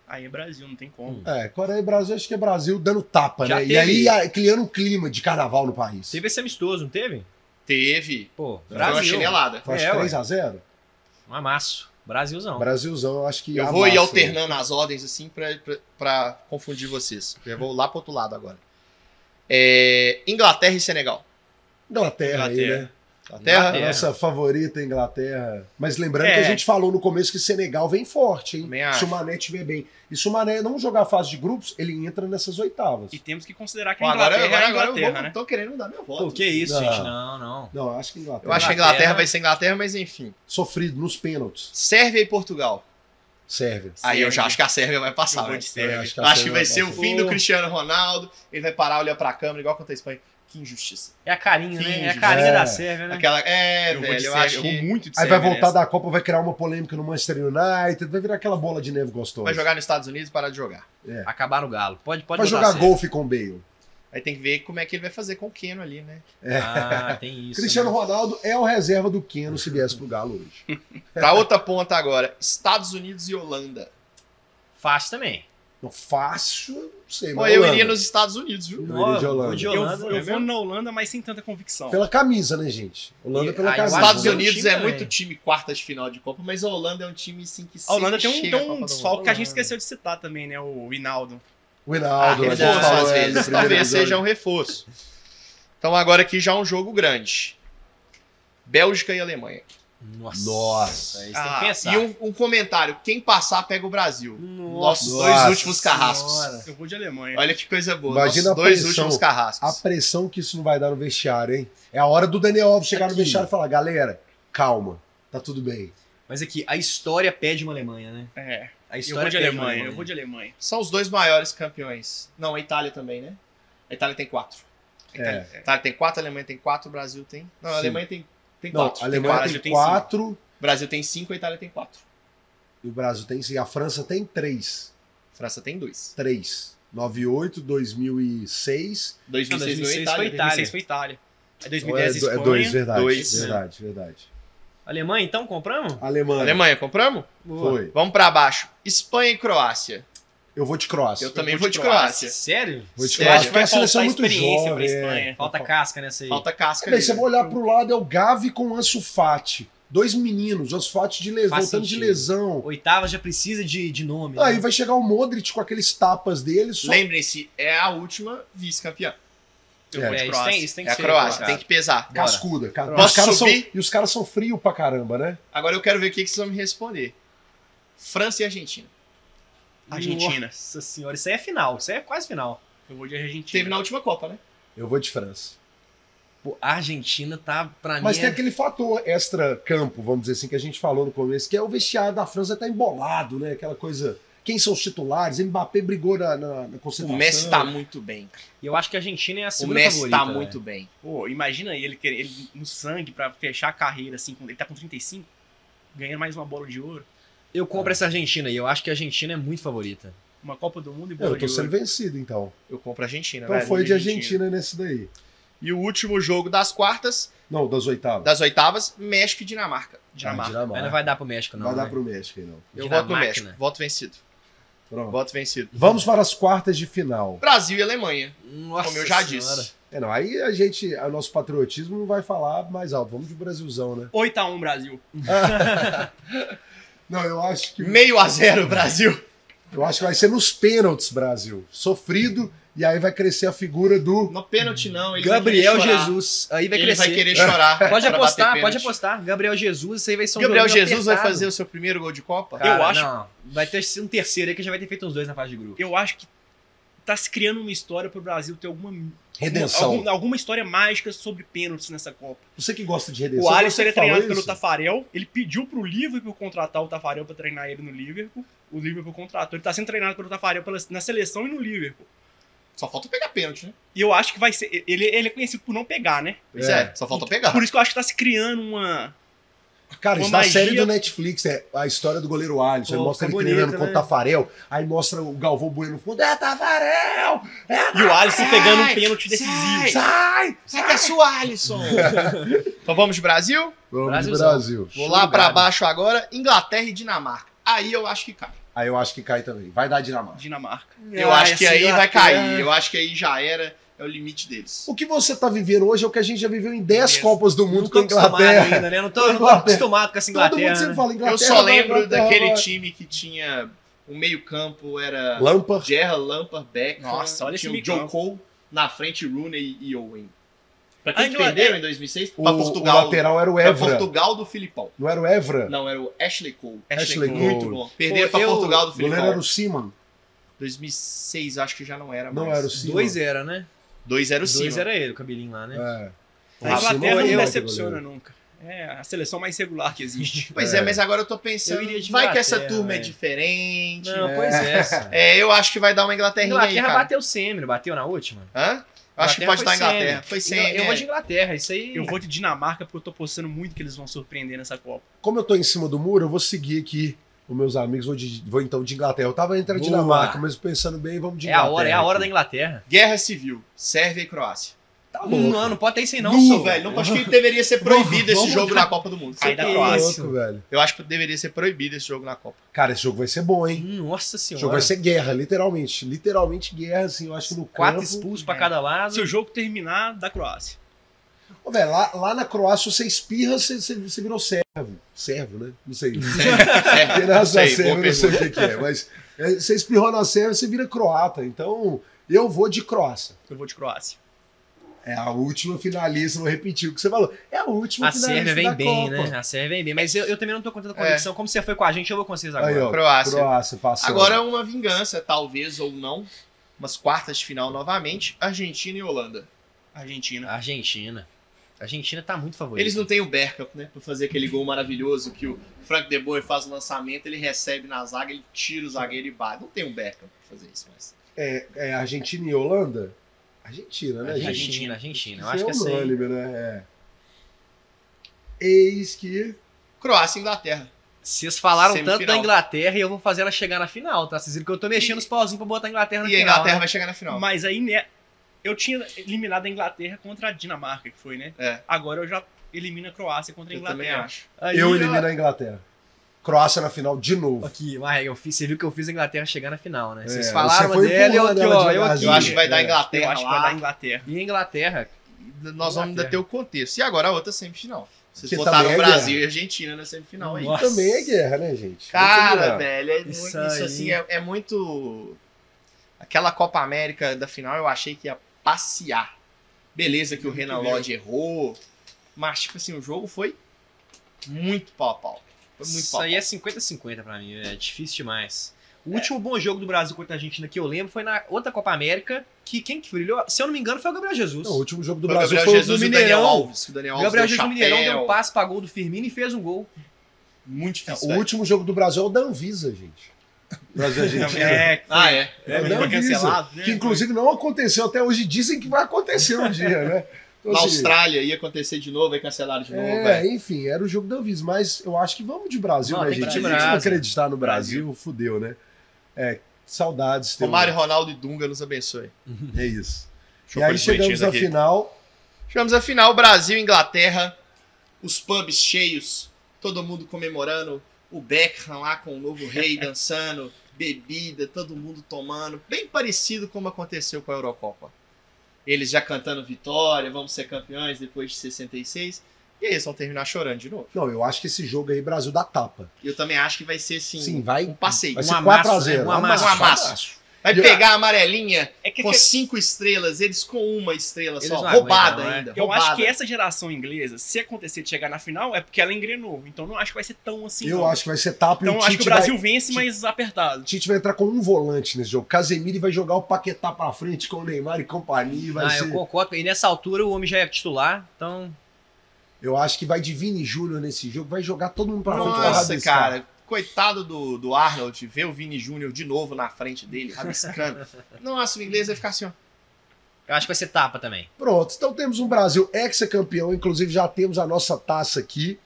S3: Aí é Brasil, não tem como.
S2: É, Coreia e Brasil, acho que é Brasil dando tapa,
S5: Já
S2: né? E
S5: teve.
S2: aí a- criando um clima de carnaval no país.
S5: Teve esse amistoso, não teve?
S1: Teve.
S5: Pô,
S1: Foi uma
S5: Brasil.
S1: chinelada.
S2: Faz
S5: É, ué.
S2: 3x0?
S5: Um amasso. Brasilzão.
S2: Brasilzão, eu acho que.
S1: Eu vou ir
S2: amassa,
S1: alternando as ordens assim pra, pra, pra confundir vocês. Eu vou lá pro outro lado agora. É, Inglaterra e Senegal.
S2: Inglaterra, aí, né?
S3: Inglaterra.
S1: Inglaterra,
S5: Inglaterra.
S2: Nossa favorita é Inglaterra. Mas lembrando que
S3: É.
S2: a gente falou no começo que Senegal vem forte, hein?
S1: Também
S2: Se
S1: acho.
S2: o Mané estiver bem. E se o Mané não jogar a fase de grupos, ele entra nessas oitavas.
S3: E temos que considerar que a
S1: Bom, agora
S3: Inglaterra
S1: agora,
S3: é a
S1: agora eu
S3: Inglaterra,
S1: vou,
S3: né?
S1: tô querendo mudar meu voto.
S5: Pô, que isso,
S2: Não.
S5: gente? Não, não.
S2: Não, eu acho que Inglaterra.
S1: Eu acho que a
S5: Inglaterra
S1: Inglaterra vai ser Inglaterra, mas enfim.
S2: Sofrido nos pênaltis.
S1: Sérvia e Portugal.
S2: Sérvia.
S1: Aí eu já
S3: Sérvia.
S1: acho que a Ah, Sérvia vai
S3: Eu
S1: passar.
S3: vou
S1: né?
S3: de Sérvia.
S2: Eu
S1: Eu acho que vai ser o
S2: passar.
S1: fim do Cristiano Ronaldo. Ele vai parar, olhar pra câmera, igual contra a Espanha. Que injustiça.
S5: É a carinha,
S1: Sim,
S5: né? É a carinha
S2: é.
S5: da Sérvia, né?
S1: Aquela. É,
S3: Eu vou
S1: velho,
S3: de
S1: eu
S3: Sérvia,
S1: acho
S3: eu vou
S1: que.
S3: muito de
S2: Aí vai
S3: Sérvia
S2: voltar
S3: nessa.
S2: da Copa, vai criar uma polêmica no Manchester United, vai virar aquela bola de neve gostosa.
S1: Vai jogar nos Estados Unidos e parar de jogar.
S5: Acabar no galo. Pode, pode
S2: Vai
S5: botar
S2: jogar
S5: Sérvia.
S2: golfe com o Bale.
S1: Aí tem que ver como é que ele vai fazer com o Keno ali, né?
S5: Ah, tem isso.
S2: Cristiano
S5: né?
S2: Ronaldo é o reserva do Keno se viesse pro Galo hoje.
S1: [LAUGHS] Pra outra ponta agora, Estados Unidos e Holanda.
S5: Fácil também.
S2: Não, fácil, eu não sei,
S1: Pô,
S2: mas
S1: eu
S2: Holanda.
S1: iria nos Estados Unidos, viu?
S2: Eu iria de Holanda. é
S5: Vou de
S3: Eu,
S5: Holanda.
S3: eu vou na Holanda, mas sem tanta convicção.
S2: Pela camisa, né, gente? Holanda um
S5: E-
S2: pela
S5: ah, eu
S2: camisa.
S5: acho
S1: Estados
S5: bom
S1: Unidos
S5: time
S1: é
S5: também.
S1: muito time quarta de final de Copa, mas a Holanda é um time assim, que
S3: A Holanda tem
S1: sempre
S3: um,
S1: chega à
S3: tem
S1: Copa
S3: um
S1: do
S3: desfalque que a gente
S5: Holanda.
S3: esqueceu de citar também, né? O Hinaldo.
S2: O Reinaldo,
S3: né?
S1: Mundo.
S2: a gente falou,
S5: Verdade.
S1: Reforço, Ah, às
S2: é,
S1: vezes.
S2: no primeiro
S1: Talvez
S2: episódio.
S1: seja um reforço. Então agora aqui já é um jogo grande. Bélgica e Alemanha.
S5: Nossa.
S2: Nossa.
S5: Isso tem
S1: Ah,
S5: que pensar.
S1: e um, um comentário: quem passar pega o Brasil. Nossos
S2: Nossa
S1: dois últimos carrascos.
S5: Senhora.
S3: Eu vou de Alemanha.
S1: Olha que coisa boa.
S2: Imagina
S1: Nossos
S2: a
S1: dois
S2: pressão.
S1: últimos carrascos.
S2: A pressão que isso não vai dar no vestiário, hein? É a hora do Daniel Alves chegar no
S5: Aqui.
S2: vestiário e falar, galera, calma, tá tudo bem.
S5: Mas aqui, a história pede uma Alemanha, né?
S3: É,
S5: A
S3: eu
S5: história
S3: vou de
S5: pede uma
S3: Alemanha,
S1: né?
S3: eu vou de Alemanha.
S1: São os dois maiores campeões. Não, a Itália também, né? A Itália tem quatro. A
S2: É.
S1: Itália, a Itália tem quatro, a Alemanha tem quatro, o Brasil tem. Não, a
S2: Sim.
S1: Alemanha tem, tem
S2: Não,
S1: quatro.
S2: a Alemanha
S1: quatro.
S2: tem,
S3: Brasil tem
S2: quatro,
S1: O Brasil tem cinco, a Itália tem quatro.
S2: e o Brasil tem seis. A França tem três.
S1: A França tem dois.
S2: Três. 98, 2006.
S1: 2006
S5: 2006
S1: não,
S5: foi
S1: Itália.
S5: Itália.
S3: 2006 foi Itália. Aí
S2: Então é,
S3: 2010
S2: do- é
S3: Espanha.
S2: dois, verdade.
S1: dois. né?
S2: Verdade, verdade.
S5: Alemanha, então, compramos?
S2: Alemanha.
S1: Alemanha, compramos?
S5: Boa.
S2: Foi.
S1: Vamos pra baixo. Espanha e Croácia.
S2: Eu vou de Croácia.
S1: Eu também vou de Croácia.
S5: Sério?
S2: Vou de
S1: Eu
S2: Croácia.
S1: acho
S2: porque é uma seleção muito
S3: experiência pra
S2: jovem, é.
S3: Espanha.
S5: Falta casca nessa aí.
S1: Falta casca.
S2: Bem,
S1: ali,
S2: você
S1: né?
S2: vai olhar pro lado, é o Gavi com o Ansu Fati. Dois meninos, o Ansu Fati de lesão,
S5: Faz
S2: tanto de
S5: sentido.
S2: lesão.
S5: Oitava já precisa de, de nome. né?
S2: Aí vai chegar o Modric com aqueles tapas dele, só
S1: Lembrem-se, é a última vice-campeã.
S3: Eu
S2: É,
S3: vou
S5: É,
S3: de
S5: isso tem,
S3: Croácia.
S5: isso tem que
S1: É a
S5: ser
S1: Croácia,
S5: colocado.
S1: tem que pesar.
S5: Bora.
S2: cascuda. cara.
S1: Posso
S2: Os caras são,
S1: subir?
S2: e os caras são frios pra caramba, né?
S1: Agora eu quero ver o que que vocês vão me responder. França e Argentina.
S2: é.
S3: Argentina.
S5: Nossa senhora, isso aí é final, isso aí é quase final.
S3: Eu vou de Argentina.
S1: Teve na última Copa, né?
S2: Eu vou de França.
S5: Pô, a Argentina tá, pra
S2: Mas
S5: mim,
S2: tem
S5: é-
S2: aquele fator extra-campo, vamos dizer assim, que a gente falou no começo, que é o vestiário da França tá embolado, né? Aquela coisa. Quem são os titulares? Mbappé brigou na, na, na
S1: O
S2: concentração.
S1: Messi tá muito bem.
S5: eu acho que a Argentina é a
S1: O
S5: é. segunda
S1: Messi
S5: favorita.
S1: tá
S5: né?
S1: muito bem.
S3: Pô, imagina ele, querer- ele no sangue pra fechar a carreira, assim, quando ele tá com 35, ganhando mais uma bola de ouro,
S5: Eu
S1: É.
S5: compro essa Argentina aí, eu acho que a Argentina é muito favorita.
S1: Tá
S3: uma Copa do Mundo e bola
S2: Eu
S3: de
S2: tô
S3: ouro.
S2: sendo vencido, então.
S1: Eu compro a Argentina,
S2: Então
S1: velho.
S2: foi de
S3: Argentina.
S2: Argentina nesse daí.
S1: E o último jogo das quartas,
S2: Não, das oitavas. é
S1: das oitavas, México e Dinamarca.
S3: Dinamarca.
S2: Dinamarca.
S5: Mas não vai dar pro México, não.
S2: vai dar
S5: né?
S2: pro México então. aí, não.
S1: é. Eu voto no
S5: Dinamarca,
S1: México.
S5: né?
S1: Voto vencido.
S2: Pronto.
S1: Voto vencido.
S2: Vamos para as quartas de final.
S1: Brasil e Alemanha.
S5: Nossa
S1: como eu já
S5: Senhora.
S1: disse.
S2: É, não, aí a gente, o nosso patriotismo não vai falar mais alto. Vamos de Brasilzão, né?
S3: 8x1 Brasil.
S2: Não, eu acho que
S1: Meio a zero, Brasil.
S2: eu acho que vai ser nos pênaltis, Brasil. Sofrido e aí vai crescer a figura do
S1: No pênalti, não. Ele
S5: Gabriel
S1: vai querer chorar.
S5: Jesus. Aí vai
S1: Ele
S5: crescer.
S1: vai querer chorar.
S5: [LAUGHS] Pode
S1: pra bater
S5: apostar,
S1: pênalti.
S5: pode apostar. Gabriel Jesus, isso aí vai ser um
S1: Gabriel
S5: domínio
S1: Jesus vai
S5: apertado. É.
S1: fazer o seu primeiro gol de Copa?
S5: Cara,
S3: Eu acho-
S5: Não, vai ter sido um terceiro aí que já vai ter feito uns dois na fase de grupo.
S3: Eu acho que tá se criando uma história pro Brasil ter alguma,
S2: redenção.
S3: algum- alguma história mágica sobre pênaltis nessa Copa.
S2: Você que gosta de
S3: O
S2: redenção.
S3: Alisson
S2: você
S3: ele é
S2: que falou
S3: treinado pelo
S2: isso?
S3: Tafarel. Ele pediu pro Liverpool contratar o Tafarel pra treinar ele no Liverpool. O Liverpool contratou. Ele tá sendo treinado pelo Tafarel pela- na seleção e no Liverpool.
S1: Só falta pegar pênalti, né?
S3: E eu acho que vai ser. Ele, ele é conhecido por não pegar, né?
S1: Pois é, só falta pegar.
S3: Por isso que eu acho que tá se criando uma.
S2: Cara,
S3: Uma
S2: isso na
S3: magia-
S2: série do Netflix, é a história do goleiro Alisson.
S5: Pô,
S2: ele mostra ele
S5: ficou
S2: treinando
S5: bonito,
S2: com o
S5: né?
S2: Tafarel, aí mostra o Galvão Bueno no fundo. É Tafarel!
S3: E o Alisson
S1: Sai,
S3: pegando um pênalti decisivo.
S1: sai.
S2: Sai!
S1: Sai que é sua,
S5: [LAUGHS]
S1: Alisson! então vamos de Brasil?
S2: Vamos
S5: Brasilzão.
S2: Brasil.
S1: Vou lá pra
S5: Chugado.
S1: baixo agora. Inglaterra e Dinamarca. Aí eu acho que cai.
S2: Aí eu acho que cai também. Vai dar Dinamarca.
S3: Dinamarca.
S1: Eu
S5: Ah,
S1: acho que
S5: essa
S1: aí vai
S5: Inglaterra.
S1: cair. Eu acho que aí já era. É o limite deles.
S2: O que você tá vivendo hoje é o que a gente já viveu em 10
S3: Isso.
S2: Copas do
S5: Não
S2: Mundo
S5: tô
S2: com a
S5: acostumado
S2: Inglaterra.
S5: ainda, né? Não tô, não tô
S2: Inglaterra.
S5: acostumado com essa
S2: Todo mundo
S5: Inglaterra.
S2: sempre
S5: né?
S2: fala
S1: Eu
S2: Inglaterra.
S1: só
S2: vai,
S1: lembro
S2: Inglaterra,
S1: daquele
S2: vai.
S1: time que tinha o meio-campo era
S2: Lampard.
S1: Gerrard, Lampard, Beckham.
S3: Nossa, olha
S1: tinha
S3: esse
S1: o Joe
S3: meio-campo.
S1: Cole na frente, Rooney e Owen. Pra quem
S3: Ah,
S1: que
S5: é-
S3: não,
S1: perderam em 2006?
S2: O,
S1: pra
S2: o
S1: Portugal.
S2: lateral era o
S1: Pra
S2: Evra.
S1: Portugal do Filipão.
S2: Não era o Evra?
S1: Não, era o Ashley Cole.
S2: Ashley Cole.
S1: Muito bom. Perderam pra
S5: eu-
S1: Portugal do
S2: O goleiro era
S1: Filipão.
S2: o Simon.
S1: 2006, eu acho que já não era mais.
S2: Não era o Simon.
S5: Dois era, né?
S1: 2 era o
S5: Dois
S1: Simon.
S5: era ele, o cabelinho lá, né?
S2: É.
S3: A
S2: O Simon
S3: Inglaterra
S2: era
S3: não
S2: outro
S3: decepciona
S2: goleiro.
S3: nunca. É a seleção mais regular
S1: [LAUGHS]
S3: que existe.
S1: Pois é. mas agora eu tô pensando.
S5: Eu iria de
S1: vai que essa
S5: Inglaterra,
S1: turma é
S5: né?
S1: diferente. né?
S5: Não, pois é. essa.
S1: É, eu acho que vai dar uma Inglaterrinha
S5: Inglaterra
S1: aí, cara.
S5: bateu semi, não bateu na última?
S1: Hã? Eu acho que pode
S5: foi
S1: dar
S5: semi.
S1: Inglaterra. Foi sem.
S5: Eu vou de
S1: é.
S5: Inglaterra, isso aí.
S3: Eu vou de Dinamarca porque eu tô postando muito que eles vão surpreender nessa Copa.
S2: Como eu tô em cima do muro, eu vou seguir aqui os meus amigos. Vou, de- vou então de Inglaterra. Eu tava entre a
S5: Boa.
S2: Dinamarca, mas pensando bem, vamos de
S5: É a
S2: Inglaterra.
S5: hora, é a hora da
S2: aqui.
S5: Inglaterra.
S1: Guerra Civil, Sérvia e Croácia.
S5: Tá
S2: louco.
S5: Não, não pode ter isso aí, não,
S1: Nu,
S5: senhor.
S1: velho. Não acho que deveria ser proibido esse
S5: Vamos
S1: jogo
S5: mudar.
S1: na Copa do Mundo.
S3: Aí
S5: da
S1: Você-
S5: Croácia.
S2: Que
S5: Isso.
S2: louco, velho.
S1: Eu acho que deveria ser proibido esse jogo na
S5: [LAUGHS]
S1: Copa.
S2: Cara, esse jogo vai ser bom, hein?
S5: Hum, Nossa
S2: O
S5: senhora.
S2: jogo vai ser guerra, literalmente. Literalmente guerra, assim. Eu acho que no
S5: Quatro
S2: campo...
S5: expulsos pra cada lado.
S1: um-
S3: Se o jogo terminar, da Croácia.
S2: Ô, velho, lá, lá na Croácia, você espirra, você, você, você virou servo. Servo, né? Não sei.
S1: Sérvia,
S2: Não
S1: sei,
S2: sei,
S1: boa
S2: servo, não sei o que, que é. Mas é, você espirrou na serva, você vira croata. Então, eu vou de Croácia.
S3: Eu vou de Croácia.
S2: É a última finalista, vou repetir o que você falou. É a última
S5: A
S2: finalista
S5: Sérvia vem
S2: da
S5: bem,
S2: Copa.
S5: né? A Sérvia vem bem. Mas eu, eu também não tô contando com a
S1: É.
S5: conexão. Como você foi com a gente, eu vou com vocês agora.
S2: Aí, ó,
S1: Croácia.
S2: Croácia passou.
S1: Agora é uma vingança, talvez ou não. Umas quartas de final novamente. Argentina e Holanda. Argentina.
S5: A Argentina. A Argentina tá muito favorita.
S1: Eles não têm o backup, né? Pra fazer aquele gol maravilhoso que o Frank De Boer faz o lançamento, ele recebe na zaga, ele tira o zagueiro e bate. Não tem um backup pra fazer isso, mas.
S2: É, é Argentina e Holanda? Argentina, né?
S5: Argentina,
S2: gente?
S5: Argentina, Argentina. Eu acho que é
S2: Isso é
S5: assim.
S2: unânime, né? É. Eis que...
S1: Croácia e Inglaterra.
S5: Vocês falaram tanto
S1: Semifinal.
S5: da Inglaterra e eu vou fazer ela chegar na final, tá? Vocês viram que eu tô mexendo os pauzinhos pra botar a Inglaterra na
S1: E a
S5: final.
S1: Inglaterra
S5: né?
S1: vai chegar na final.
S3: Mas aí, né? Eu tinha eliminado a Inglaterra contra a Dinamarca, que foi, né?
S1: É.
S3: Agora eu já elimino a Croácia contra a
S1: Eu também
S3: Inglaterra.
S1: acho.
S5: Aí,
S2: Eu
S5: ó,
S2: elimino a Inglaterra. Croácia na final de novo.
S5: Aqui, mas eu fiz, você viu que eu fiz a Inglaterra chegar na final, né? Vocês
S2: É,
S5: falaram
S2: você foi
S5: dela e eu
S2: empurrando
S5: aqui,
S2: ela
S5: ó. Eu aqui.
S2: devagarzinho.
S1: Eu acho que vai dar
S2: É.
S3: Eu
S1: Inglaterra
S3: acho que vai
S1: lá.
S3: dar Inglaterra.
S5: E a Inglaterra,
S1: Nós vamos ainda ter o contexto. E agora a outra semifinal. Vocês
S2: Que
S1: botaram
S2: também é
S1: Brasil e Argentina na semifinal aí.
S5: Nossa.
S2: Também é guerra, né, gente? Vamos
S1: Cara,
S2: combinar.
S1: velho, é muito-
S5: Isso
S1: isso,
S5: aí.
S1: assim é, é muito. Aquela Copa América da final eu achei que ia passear. Beleza que o Renan Lodge errou, mas, tipo assim, o jogo foi muito pau a pau. Foi muito
S5: isso
S1: pau a
S5: aí
S1: pau. É.
S5: é 50-50 pra mim, é difícil demais. O último bom jogo do Brasil contra a Argentina que eu lembro foi na outra Copa América, que quem que brilhou, se eu não me engano, foi o Gabriel Jesus.
S2: Não, o último jogo do
S1: Foi o
S2: Brasil
S1: Gabriel
S2: foi
S1: Jesus
S2: o do
S1: e o Daniel
S2: Mineirão.
S1: Alves. que O Daniel
S5: o
S1: Alves
S5: Gabriel
S1: deu
S5: Jesus
S1: chapéu,
S5: Mineirão deu um É, passe pra gol do Firmino e fez um gol.
S1: Muito
S2: o
S1: difícil. velho.
S2: último jogo do Brasil é o da Anvisa, gente. Brasil e Argentina.
S3: É, que foi-
S1: Ah, é.
S2: É,
S3: foi
S2: não avisa.
S3: cancelado, né?
S2: Que inclusive não aconteceu até hoje. Dizem que vai acontecer um dia, né? Então,
S1: Na
S2: assim,
S1: Austrália ia acontecer de novo, aí cancelaram de novo. velho.
S2: É, enfim, era o jogo da Anvisa. Mas eu acho que vamos de Brasil,
S5: Não,
S2: né,
S5: tem que
S2: gente?
S5: ir
S2: Se
S5: de
S2: não
S5: Brasil.
S2: acreditar no Brasil, fudeu, né? É, saudades. ter um-
S1: Romário, Ronaldo e Dunga nos abençoe.
S2: É isso.
S1: Deixa eu
S2: e aí
S1: pôr os
S2: chegamos
S1: leitinhos
S2: à
S3: É
S1: aqui.
S2: final.
S1: Chegamos à final, Brasil e Inglaterra. Os pubs cheios, todo mundo comemorando o Beckham lá com o novo rei dançando, bebida, todo mundo tomando, bem parecido como aconteceu com a Eurocopa. Eles já cantando vitória, vamos ser campeões depois de 66. E aí eles vão terminar chorando de novo.
S2: Não, eu acho que esse jogo aí, Brasil dá tapa.
S1: E eu também acho que vai ser assim,
S2: Sim, vai.
S1: um passeio.
S2: Vai
S1: Vai,
S2: ser
S5: amasso,
S2: 4x0.
S5: né? Um amasso.
S1: Um amasso.
S2: Eu-
S1: pegar a amarelinha
S3: É que,
S1: com
S3: que-
S1: cinco estrelas, eles com uma estrela
S5: Eles
S1: só,
S5: não
S1: roubada
S5: aguentam, né?
S1: ainda.
S3: eu acho
S1: roubada.
S3: que essa geração inglesa, se acontecer de chegar na final, é porque ela engrenou. Então não acho que vai ser tão assim.
S2: Eu
S3: não.
S2: acho que vai ser tapa
S3: Então
S2: e o
S3: eu
S2: Tite
S3: acho que o Brasil
S2: vai...
S3: vence, mas apertado.
S2: O Tite vai entrar com um volante nesse jogo. Casemiro vai jogar o Paquetá pra frente com o Neymar e companhia. Vai
S5: ah,
S2: ser...
S5: eu
S2: eu...
S5: concordo. E nessa altura o homem já é titular, então.
S2: acho que vai de Vini Júnior nesse jogo. Vai jogar todo mundo pra frente. vai
S1: Nossa,
S2: rabiscar.
S1: cara, coitado do, do Arnold, ver o Vini Júnior de novo na frente dele, rabiscando. Nossa, o inglês vai ficar assim, ó.
S5: Eu acho que vai ser tapa também.
S2: Pronto, então temos um Brasil ex-campeão, inclusive já temos a nossa taça aqui.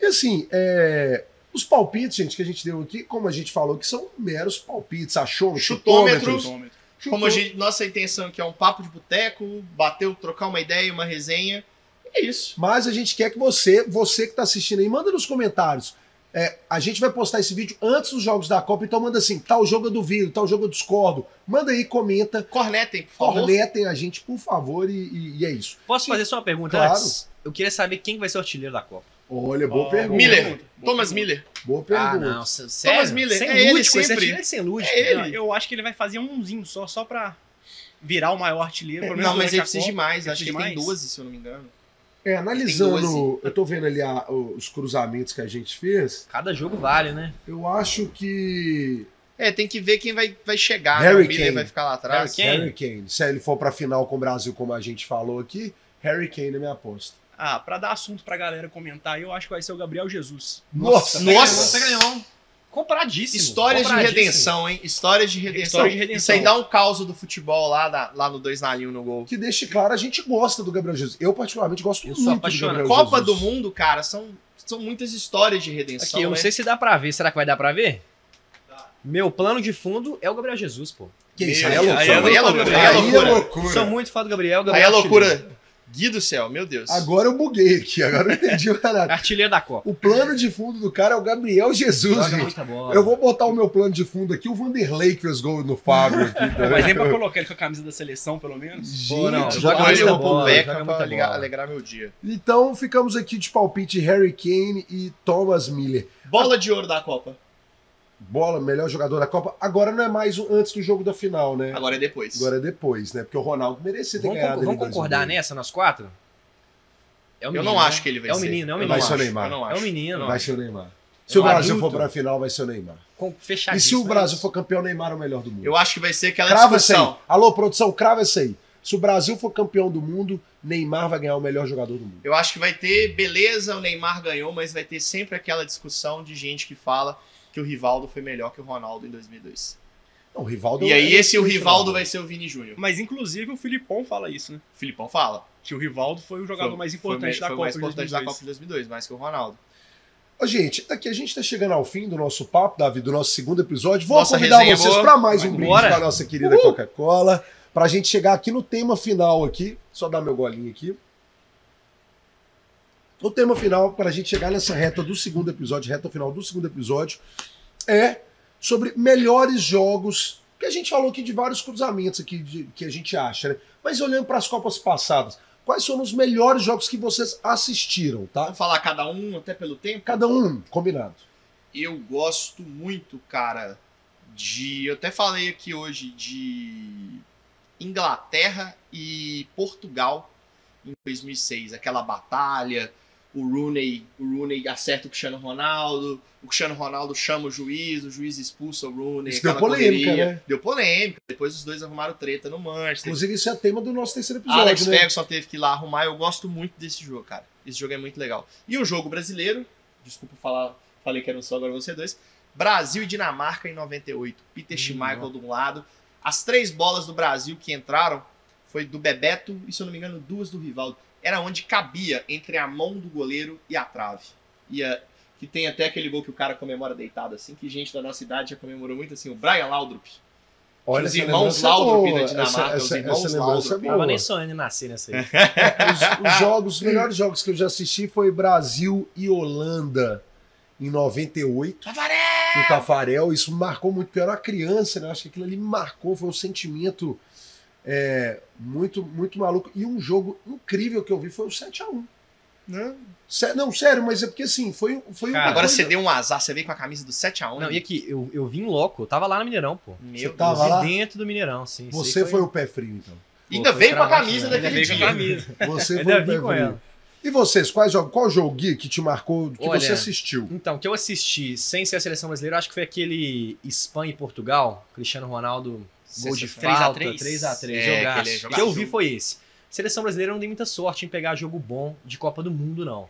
S2: E assim, é, os palpites, gente, que a gente deu aqui, como a gente falou, que são meros palpites, achou? um
S1: Chutômetros.
S2: Chutômetros.
S1: Como a gente- nossa intenção aqui é um papo de boteco, bateu, trocar uma ideia, uma resenha. É isso.
S2: Mas a gente quer que você, você que está assistindo aí, manda nos comentários. É, a gente vai postar esse vídeo antes dos jogos da Copa, então manda assim, tal jogo eu duvido, tal jogo eu discordo. Manda aí, comenta,
S1: Cornetem, por favor.
S2: cornetem a gente, por favor, e, e- e é isso.
S5: Posso fazer só uma pergunta
S2: Claro.
S5: antes? Eu queria saber quem vai ser o artilheiro da Copa.
S2: Olha, boa
S3: Ó,
S2: pergunta.
S1: Miller.
S3: boa pergunta.
S1: Thomas Miller.
S2: Boa pergunta.
S5: Ah, não, sé- sério?
S1: Miller,
S5: sem
S1: é ele
S5: lúdico, esse
S1: sempre.
S5: artilheiro é sem lúdico.
S1: É ele.
S3: Não, eu acho que ele vai fazer umzinho só, só pra virar o maior artilheiro. pelo menos
S1: Não, mas
S3: durante
S1: ele
S3: é a
S1: precisa de
S3: Copa.
S1: mais.
S3: Ele
S1: Acho que ele
S3: precisa
S1: tem
S3: de mais?
S1: 12, se eu não me engano.
S2: É,
S1: Tem
S2: analisando,
S1: 12.
S2: eu tô vendo ali a- o- os cruzamentos que a gente fez,
S5: Cada jogo vale, né?
S2: eu acho que
S1: É, tem que ver quem vai, vai chegar. né?
S2: Harry
S1: O Miller
S2: Kane.
S1: vai ficar lá atrás.
S5: Harry Kane.
S2: Harry Kane, se ele for pra final com o Brasil, como a gente falou aqui, Harry Kane é minha aposta.
S3: Ah, pra dar assunto pra galera comentar, eu acho que vai ser o Gabriel Jesus.
S2: Nossa,
S1: Nossa.
S5: Ganhou, você ganhou. Compradíssimo.
S1: Histórias de
S5: compradíssimo.
S1: redenção, hein? Histórias de redenção.
S3: História de redenção.
S1: Isso aí dá um caos do futebol lá, da- lá no 2 na linha no gol.
S2: O que deixe claro, a gente gosta do Gabriel Jesus. Eu particularmente gosto
S5: Eu sou
S2: muito do
S5: apaixonado.
S2: Gabriel
S1: Copa
S2: Jesus.
S1: do Mundo, cara, são, são muitas histórias de redenção.
S5: Aqui, eu não
S1: né?
S5: sei se dá pra ver. Será que vai dar pra ver? Meu plano de fundo é o Gabriel Jesus, pô.
S2: Que isso,
S1: Meu,
S2: aí é loucura.
S3: aí é loucura,
S2: Aí é
S1: aí é loucura.
S2: loucura.
S5: Sou muito fã do Gabriel.
S1: Aí
S5: Gabriel
S1: é
S5: artilheiro.
S1: loucura. Gui do céu, meu Deus.
S2: Agora eu buguei aqui, agora eu entendi o cara.
S5: É Artilheiro da Copa.
S2: O plano de fundo do cara é o Gabriel Jesus,
S5: Joga
S2: gente.
S5: muita bola.
S2: Eu vou botar o meu plano de fundo aqui, o Vanderlei que fez gol no Fábio aqui. tá
S3: Mas nem
S2: vendo? [LAUGHS]
S3: pra colocar ele com a camisa da seleção, pelo menos.
S5: Pô, não,
S2: Gente,
S5: joga
S2: olha
S1: Olha
S5: muita
S1: o
S2: o
S5: bola,
S1: Beca pra
S5: joga muita
S1: ligar-
S5: bola.
S1: alegrar meu dia.
S2: Então ficamos aqui de palpite Harry Kane e Thomas Miller.
S1: Bola de ouro da Copa.
S2: Bola, melhor jogador da Copa. Agora não é mais o antes do jogo da final, né?
S1: Agora é depois.
S2: Agora é depois, né? Porque o Ronaldo merecia ter
S5: Vamos,
S2: ganhado.
S5: con- vamos
S2: ele em
S5: concordar
S1: né?
S2: 2000.
S5: nessa, nós quatro? É o
S1: eu
S5: menino,
S1: não
S5: né?
S1: acho que ele vai
S5: É o
S1: ser.
S5: menino, é o
S1: Eu
S5: menino.
S1: não
S2: Vai ser o
S1: acho,
S2: Neymar.
S1: eu não
S5: É o
S1: acho.
S5: menino.
S2: Vai ser o Neymar. Se o
S1: Tá
S5: Adulto.
S2: Brasil for pra final, vai ser o Neymar.
S5: Com-
S2: E se
S5: Fechadíssimo. né?
S2: o Brasil for campeão, o Neymar é o melhor do mundo.
S1: Eu acho que vai ser aquela
S2: Crava essa aí.
S1: discussão.
S2: Alô, produção, crava essa aí. Se o Brasil for campeão do mundo, Neymar vai ganhar o melhor jogador do mundo.
S1: Eu acho que vai ter, beleza, o Neymar ganhou, mas vai ter sempre aquela discussão de gente que fala que o Rivaldo foi melhor que o Ronaldo em 2002.
S2: Não, o Rivaldo
S1: E
S2: é
S1: aí
S2: um
S1: esse o
S2: excelente
S1: Rivaldo
S5: né?
S2: jogador.
S1: vai ser o Vini Júnior.
S3: Mas inclusive o Filipão fala isso, né?
S1: O Filipão fala.
S3: Que o Rivaldo foi o jogador
S1: Foi-
S3: mais
S1: foi
S3: importante
S1: me-
S3: da
S1: foi o
S3: Copa.
S1: mais
S3: de
S1: importante da
S3: 2002.
S1: Copa de 2002, mais que o Ronaldo.
S2: Ô, gente, aqui a gente está chegando ao fim do nosso papo, Davi, do nosso segundo episódio. Vou
S1: Nossa
S2: convidar
S1: resenha é
S2: vocês
S1: boa.
S2: para mais um
S5: Vai
S2: brinde
S5: embora.
S2: da nossa querida Coca-Cola, para a gente chegar aqui no tema final aqui. Só dar meu golinho aqui. O tema final para a gente chegar nessa reta do segundo episódio, reta final do segundo episódio, é sobre melhores jogos. Que a gente falou aqui de vários cruzamentos aqui de- que a gente acha, né? Mas olhando para as Copas passadas, quais foram os melhores jogos que vocês assistiram, tá?
S1: Vamos falar cada um, até pelo tempo.
S2: Cada um combinado.
S1: Eu gosto muito, cara, de. Eu até falei aqui hoje de Inglaterra e Portugal em 2006. Aquela batalha, o Rooney, o Rooney acerta o Cristiano Ronaldo, o Cristiano Ronaldo chama o juiz, o juiz expulsa o Rooney.
S2: Isso deu
S1: aquela
S2: polêmica,
S1: correria.
S2: né?
S1: Deu polêmica. Depois os dois arrumaram treta no Manchester.
S2: Inclusive, esse é tema do nosso terceiro episódio,
S1: Alex
S2: né?
S1: Ferguson teve que ir lá arrumar. Eu gosto muito desse jogo, cara. Esse jogo é muito legal. E um jogo brasileiro, desculpa falar, falei que era um só, agora você dois. Brasil e Dinamarca em 98.
S2: Hum,
S1: Peter Schmeichel de um lado. As três bolas do Brasil que entraram foi do Bebeto e, se eu não me engano, duas do Rivaldo. Era onde cabia entre a mão do goleiro e a trave. E a- que tem até aquele gol que o cara comemora deitado assim, que gente da nossa idade já comemorou muito assim, o Brian Laudrup.
S2: Olha,
S1: Os
S2: essa
S1: irmãos
S2: lembrança é boa.
S1: Laudrup da Dinamarca, os
S2: Essa, essa,
S1: irmãos
S2: essa lembrança é
S1: Laudrup.
S2: boa.
S5: Tava nem sonhando em nascer nessa aí.
S1: É.
S2: Os, os jogos, os melhores jogos que eu já assisti foi Brasil e Holanda. em 98.
S1: Tavaré!
S2: do Tafarel, isso me marcou muito, porque eu era uma criança, né? Acho que aquilo ali me marcou, foi um sentimento é, muito, muito maluco. E um jogo incrível que eu vi foi o 7x1.
S1: Não.
S2: né? Sé- Não, sério, mas é porque assim, foi, um- foi um.
S5: Cara,
S1: Agora
S2: foi-
S1: você deu um azar, você veio com a camisa do 7x1.
S5: Não, e aqui, eu, eu vim louco, eu tava lá no Mineirão, pô.
S1: Meu
S2: Você tava
S5: eu vi
S2: lá?
S5: dentro do Mineirão, sim.
S2: Você
S5: sei que um
S2: foi o pé frio, então.
S1: Ainda
S5: Pô,
S1: veio com a
S5: cravate,
S1: camisa
S5: né? Ainda
S1: daquele
S5: veio com a
S1: dia.
S3: camisa.
S2: Você foi
S5: Ainda
S2: o
S5: vim
S2: pé
S5: com
S2: frio.
S5: ela.
S2: E vocês, quais jogos, qual jogo, Gui, que te marcou, que
S5: Olha,
S2: você assistiu?
S5: Então, que eu assisti sem ser a seleção brasileira, acho que foi aquele Espanha e Portugal, Cristiano Ronaldo, gol de
S1: Sensacional.
S5: falta,
S3: 3x3.
S5: 3x3,
S1: É,
S5: jogaço.
S1: aquele
S5: O que eu vi
S1: jogaço.
S5: foi esse. Seleção brasileira não tem muita sorte em pegar jogo bom de Copa do Mundo, não.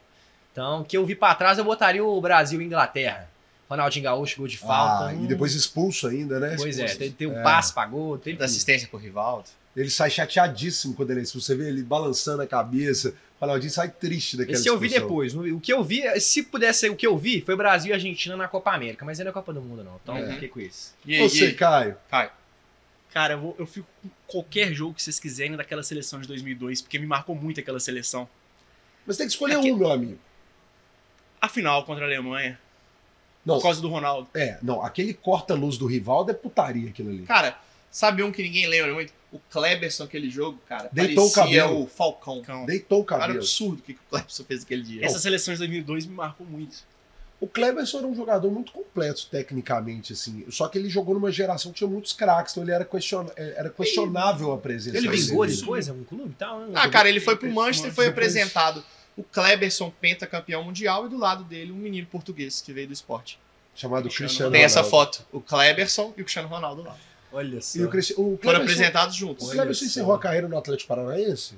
S5: Então, o que eu vi pra trás, eu botaria o Brasil e Inglaterra. Ronaldinho Gaúcho, gol de falta.
S2: Ah,
S5: hum,
S2: e depois expulso ainda, né?
S5: Pois é,
S2: Expulso.
S5: tem, tem um passe pra gol, tem
S1: Da
S5: tudo.
S1: assistência pro Rivaldo.
S2: Ele sai chateadíssimo quando ele é expulso. Você vê ele balançando a cabeça. O Ronaldinho sai triste daquela
S5: Esse eu vi
S2: expulsão.
S5: depois. O que eu vi, se pudesse ser o que eu vi, foi Brasil e Argentina na Copa América, mas ainda é Copa do Mundo, não. Então,
S1: Uhum.
S5: fiquei com isso.
S1: E aí, e
S2: Você,
S1: aí?
S2: Caio.
S3: Cara, eu, vou- eu fico com qualquer jogo que vocês quiserem daquela seleção de 2002, porque me marcou muito aquela seleção.
S2: Mas tem que escolher
S3: Aqui-
S2: um, meu amigo.
S3: A final contra a Alemanha,
S2: Não,
S3: por causa do Ronaldo.
S2: é, não, aquele corta-luz do Rivaldo é putaria aquilo ali.
S1: Cara, sabe um que ninguém lembra muito? O Kleberson, aquele jogo, cara,
S2: Deitou o
S1: parecia
S2: cabelo.
S1: o Falcão.
S3: Então,
S2: Deitou o
S1: Cara,
S2: cabelo. É
S1: absurdo o que que o Kleberson fez aquele dia. Ah,
S3: essa seleção de 2002 me marcou muito.
S2: O Cleberson era um jogador muito completo tecnicamente, assim. Só que ele jogou numa geração que tinha muitos craques, então ele era, questiona- era questionável a presença
S1: Ele
S2: dele.
S5: vingou depois, algum clube e tal? né?
S1: Ah, cara, ele foi pro
S3: Ele-
S1: Manchester e foi
S3: depois-
S1: apresentado o Kleberson, pentacampeão mundial, e do lado dele um menino português que veio do esporte.
S2: Chamado
S3: Cristiano
S2: Cristiano
S1: Tem essa
S2: Ronaldo.
S1: foto, o Kleberson e o Cristiano Ronaldo lá.
S5: Olha só.
S2: E o, Cristi... o
S1: Foram
S2: Cleberson,
S1: apresentados
S2: o
S1: juntos.
S2: Cleberson encerrou a carreira no Atlético Paranaense?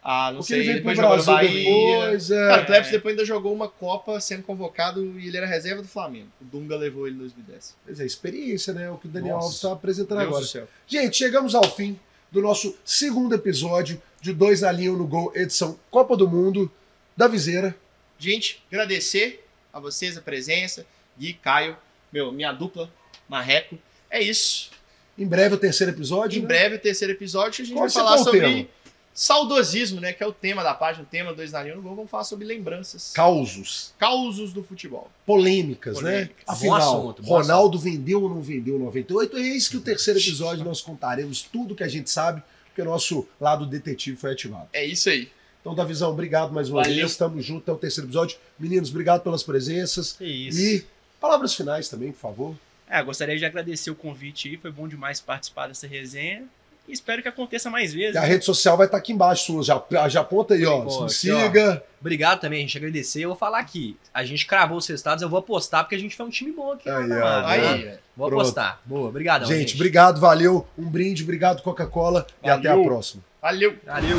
S1: Ah, não
S2: Porque
S1: sei,
S2: ele veio pro
S1: depois jogou no
S2: Brasil
S1: Bahia.
S2: depois, é.
S1: Cara, o Kleberson depois ainda jogou uma Copa sendo convocado e ele era reserva do Flamengo. O Dunga levou ele em 2010.
S2: Mas é experiência, né? O que o Daniel
S1: Nossa.
S2: Alves está apresentando
S1: Deus
S2: agora.
S1: do céu.
S2: Gente, chegamos ao fim do nosso segundo episódio de Dois na Linha ou no Gol, edição Copa do Mundo, da Viseira.
S1: Gente, agradecer a vocês a presença. Gui, Caio, meu, minha dupla, Marreco. É isso.
S2: Em breve o terceiro episódio.
S1: Em
S2: né?
S1: breve, o terceiro episódio, a gente
S2: Qual tá
S1: vai
S2: será
S1: falar
S2: o
S1: sobre
S2: tema?
S1: saudosismo, né? Que é o tema da página, o tema dois na linha no gol. Vamos falar sobre lembranças,
S2: Causos,
S1: causos do futebol.
S2: polêmicas,
S1: Polêmicas.
S2: né?
S5: Bom
S2: Afinal,
S5: assunto, bom
S2: Ronaldo vendeu ou não vendeu o 98? É isso que o terceiro episódio nós contaremos tudo que a gente sabe, porque o nosso lado detetive foi ativado.
S1: É isso aí.
S2: Então, Davizão, obrigado mais uma
S1: Valeu.
S2: vez. Estamos juntos, até o terceiro episódio. Meninos, obrigado pelas presenças.
S5: Que isso.
S2: E palavras finais também, por favor.
S3: É, gostaria de agradecer o convite aí, foi bom demais participar dessa resenha. E espero que aconteça mais vezes. né?
S2: E a rede social vai estar aqui embaixo sua, já, já aponta aí, ó.
S5: Pô,
S2: Se
S5: aqui,
S2: siga.
S5: Obrigado também, gente. Agradecer. Eu vou falar aqui. A gente cravou os resultados, eu vou apostar, porque a gente foi um time bom aqui.
S2: Aí,
S5: né,
S2: ó,
S5: mano?
S2: Ah,
S1: Aí, velho.
S5: Vou
S2: Pronto.
S5: apostar. Boa, obrigado.
S2: gente, obrigado, valeu. Um brinde, obrigado, Coca-Cola. E até a
S1: Valeu.
S2: próxima.
S1: Valeu!
S5: Valeu.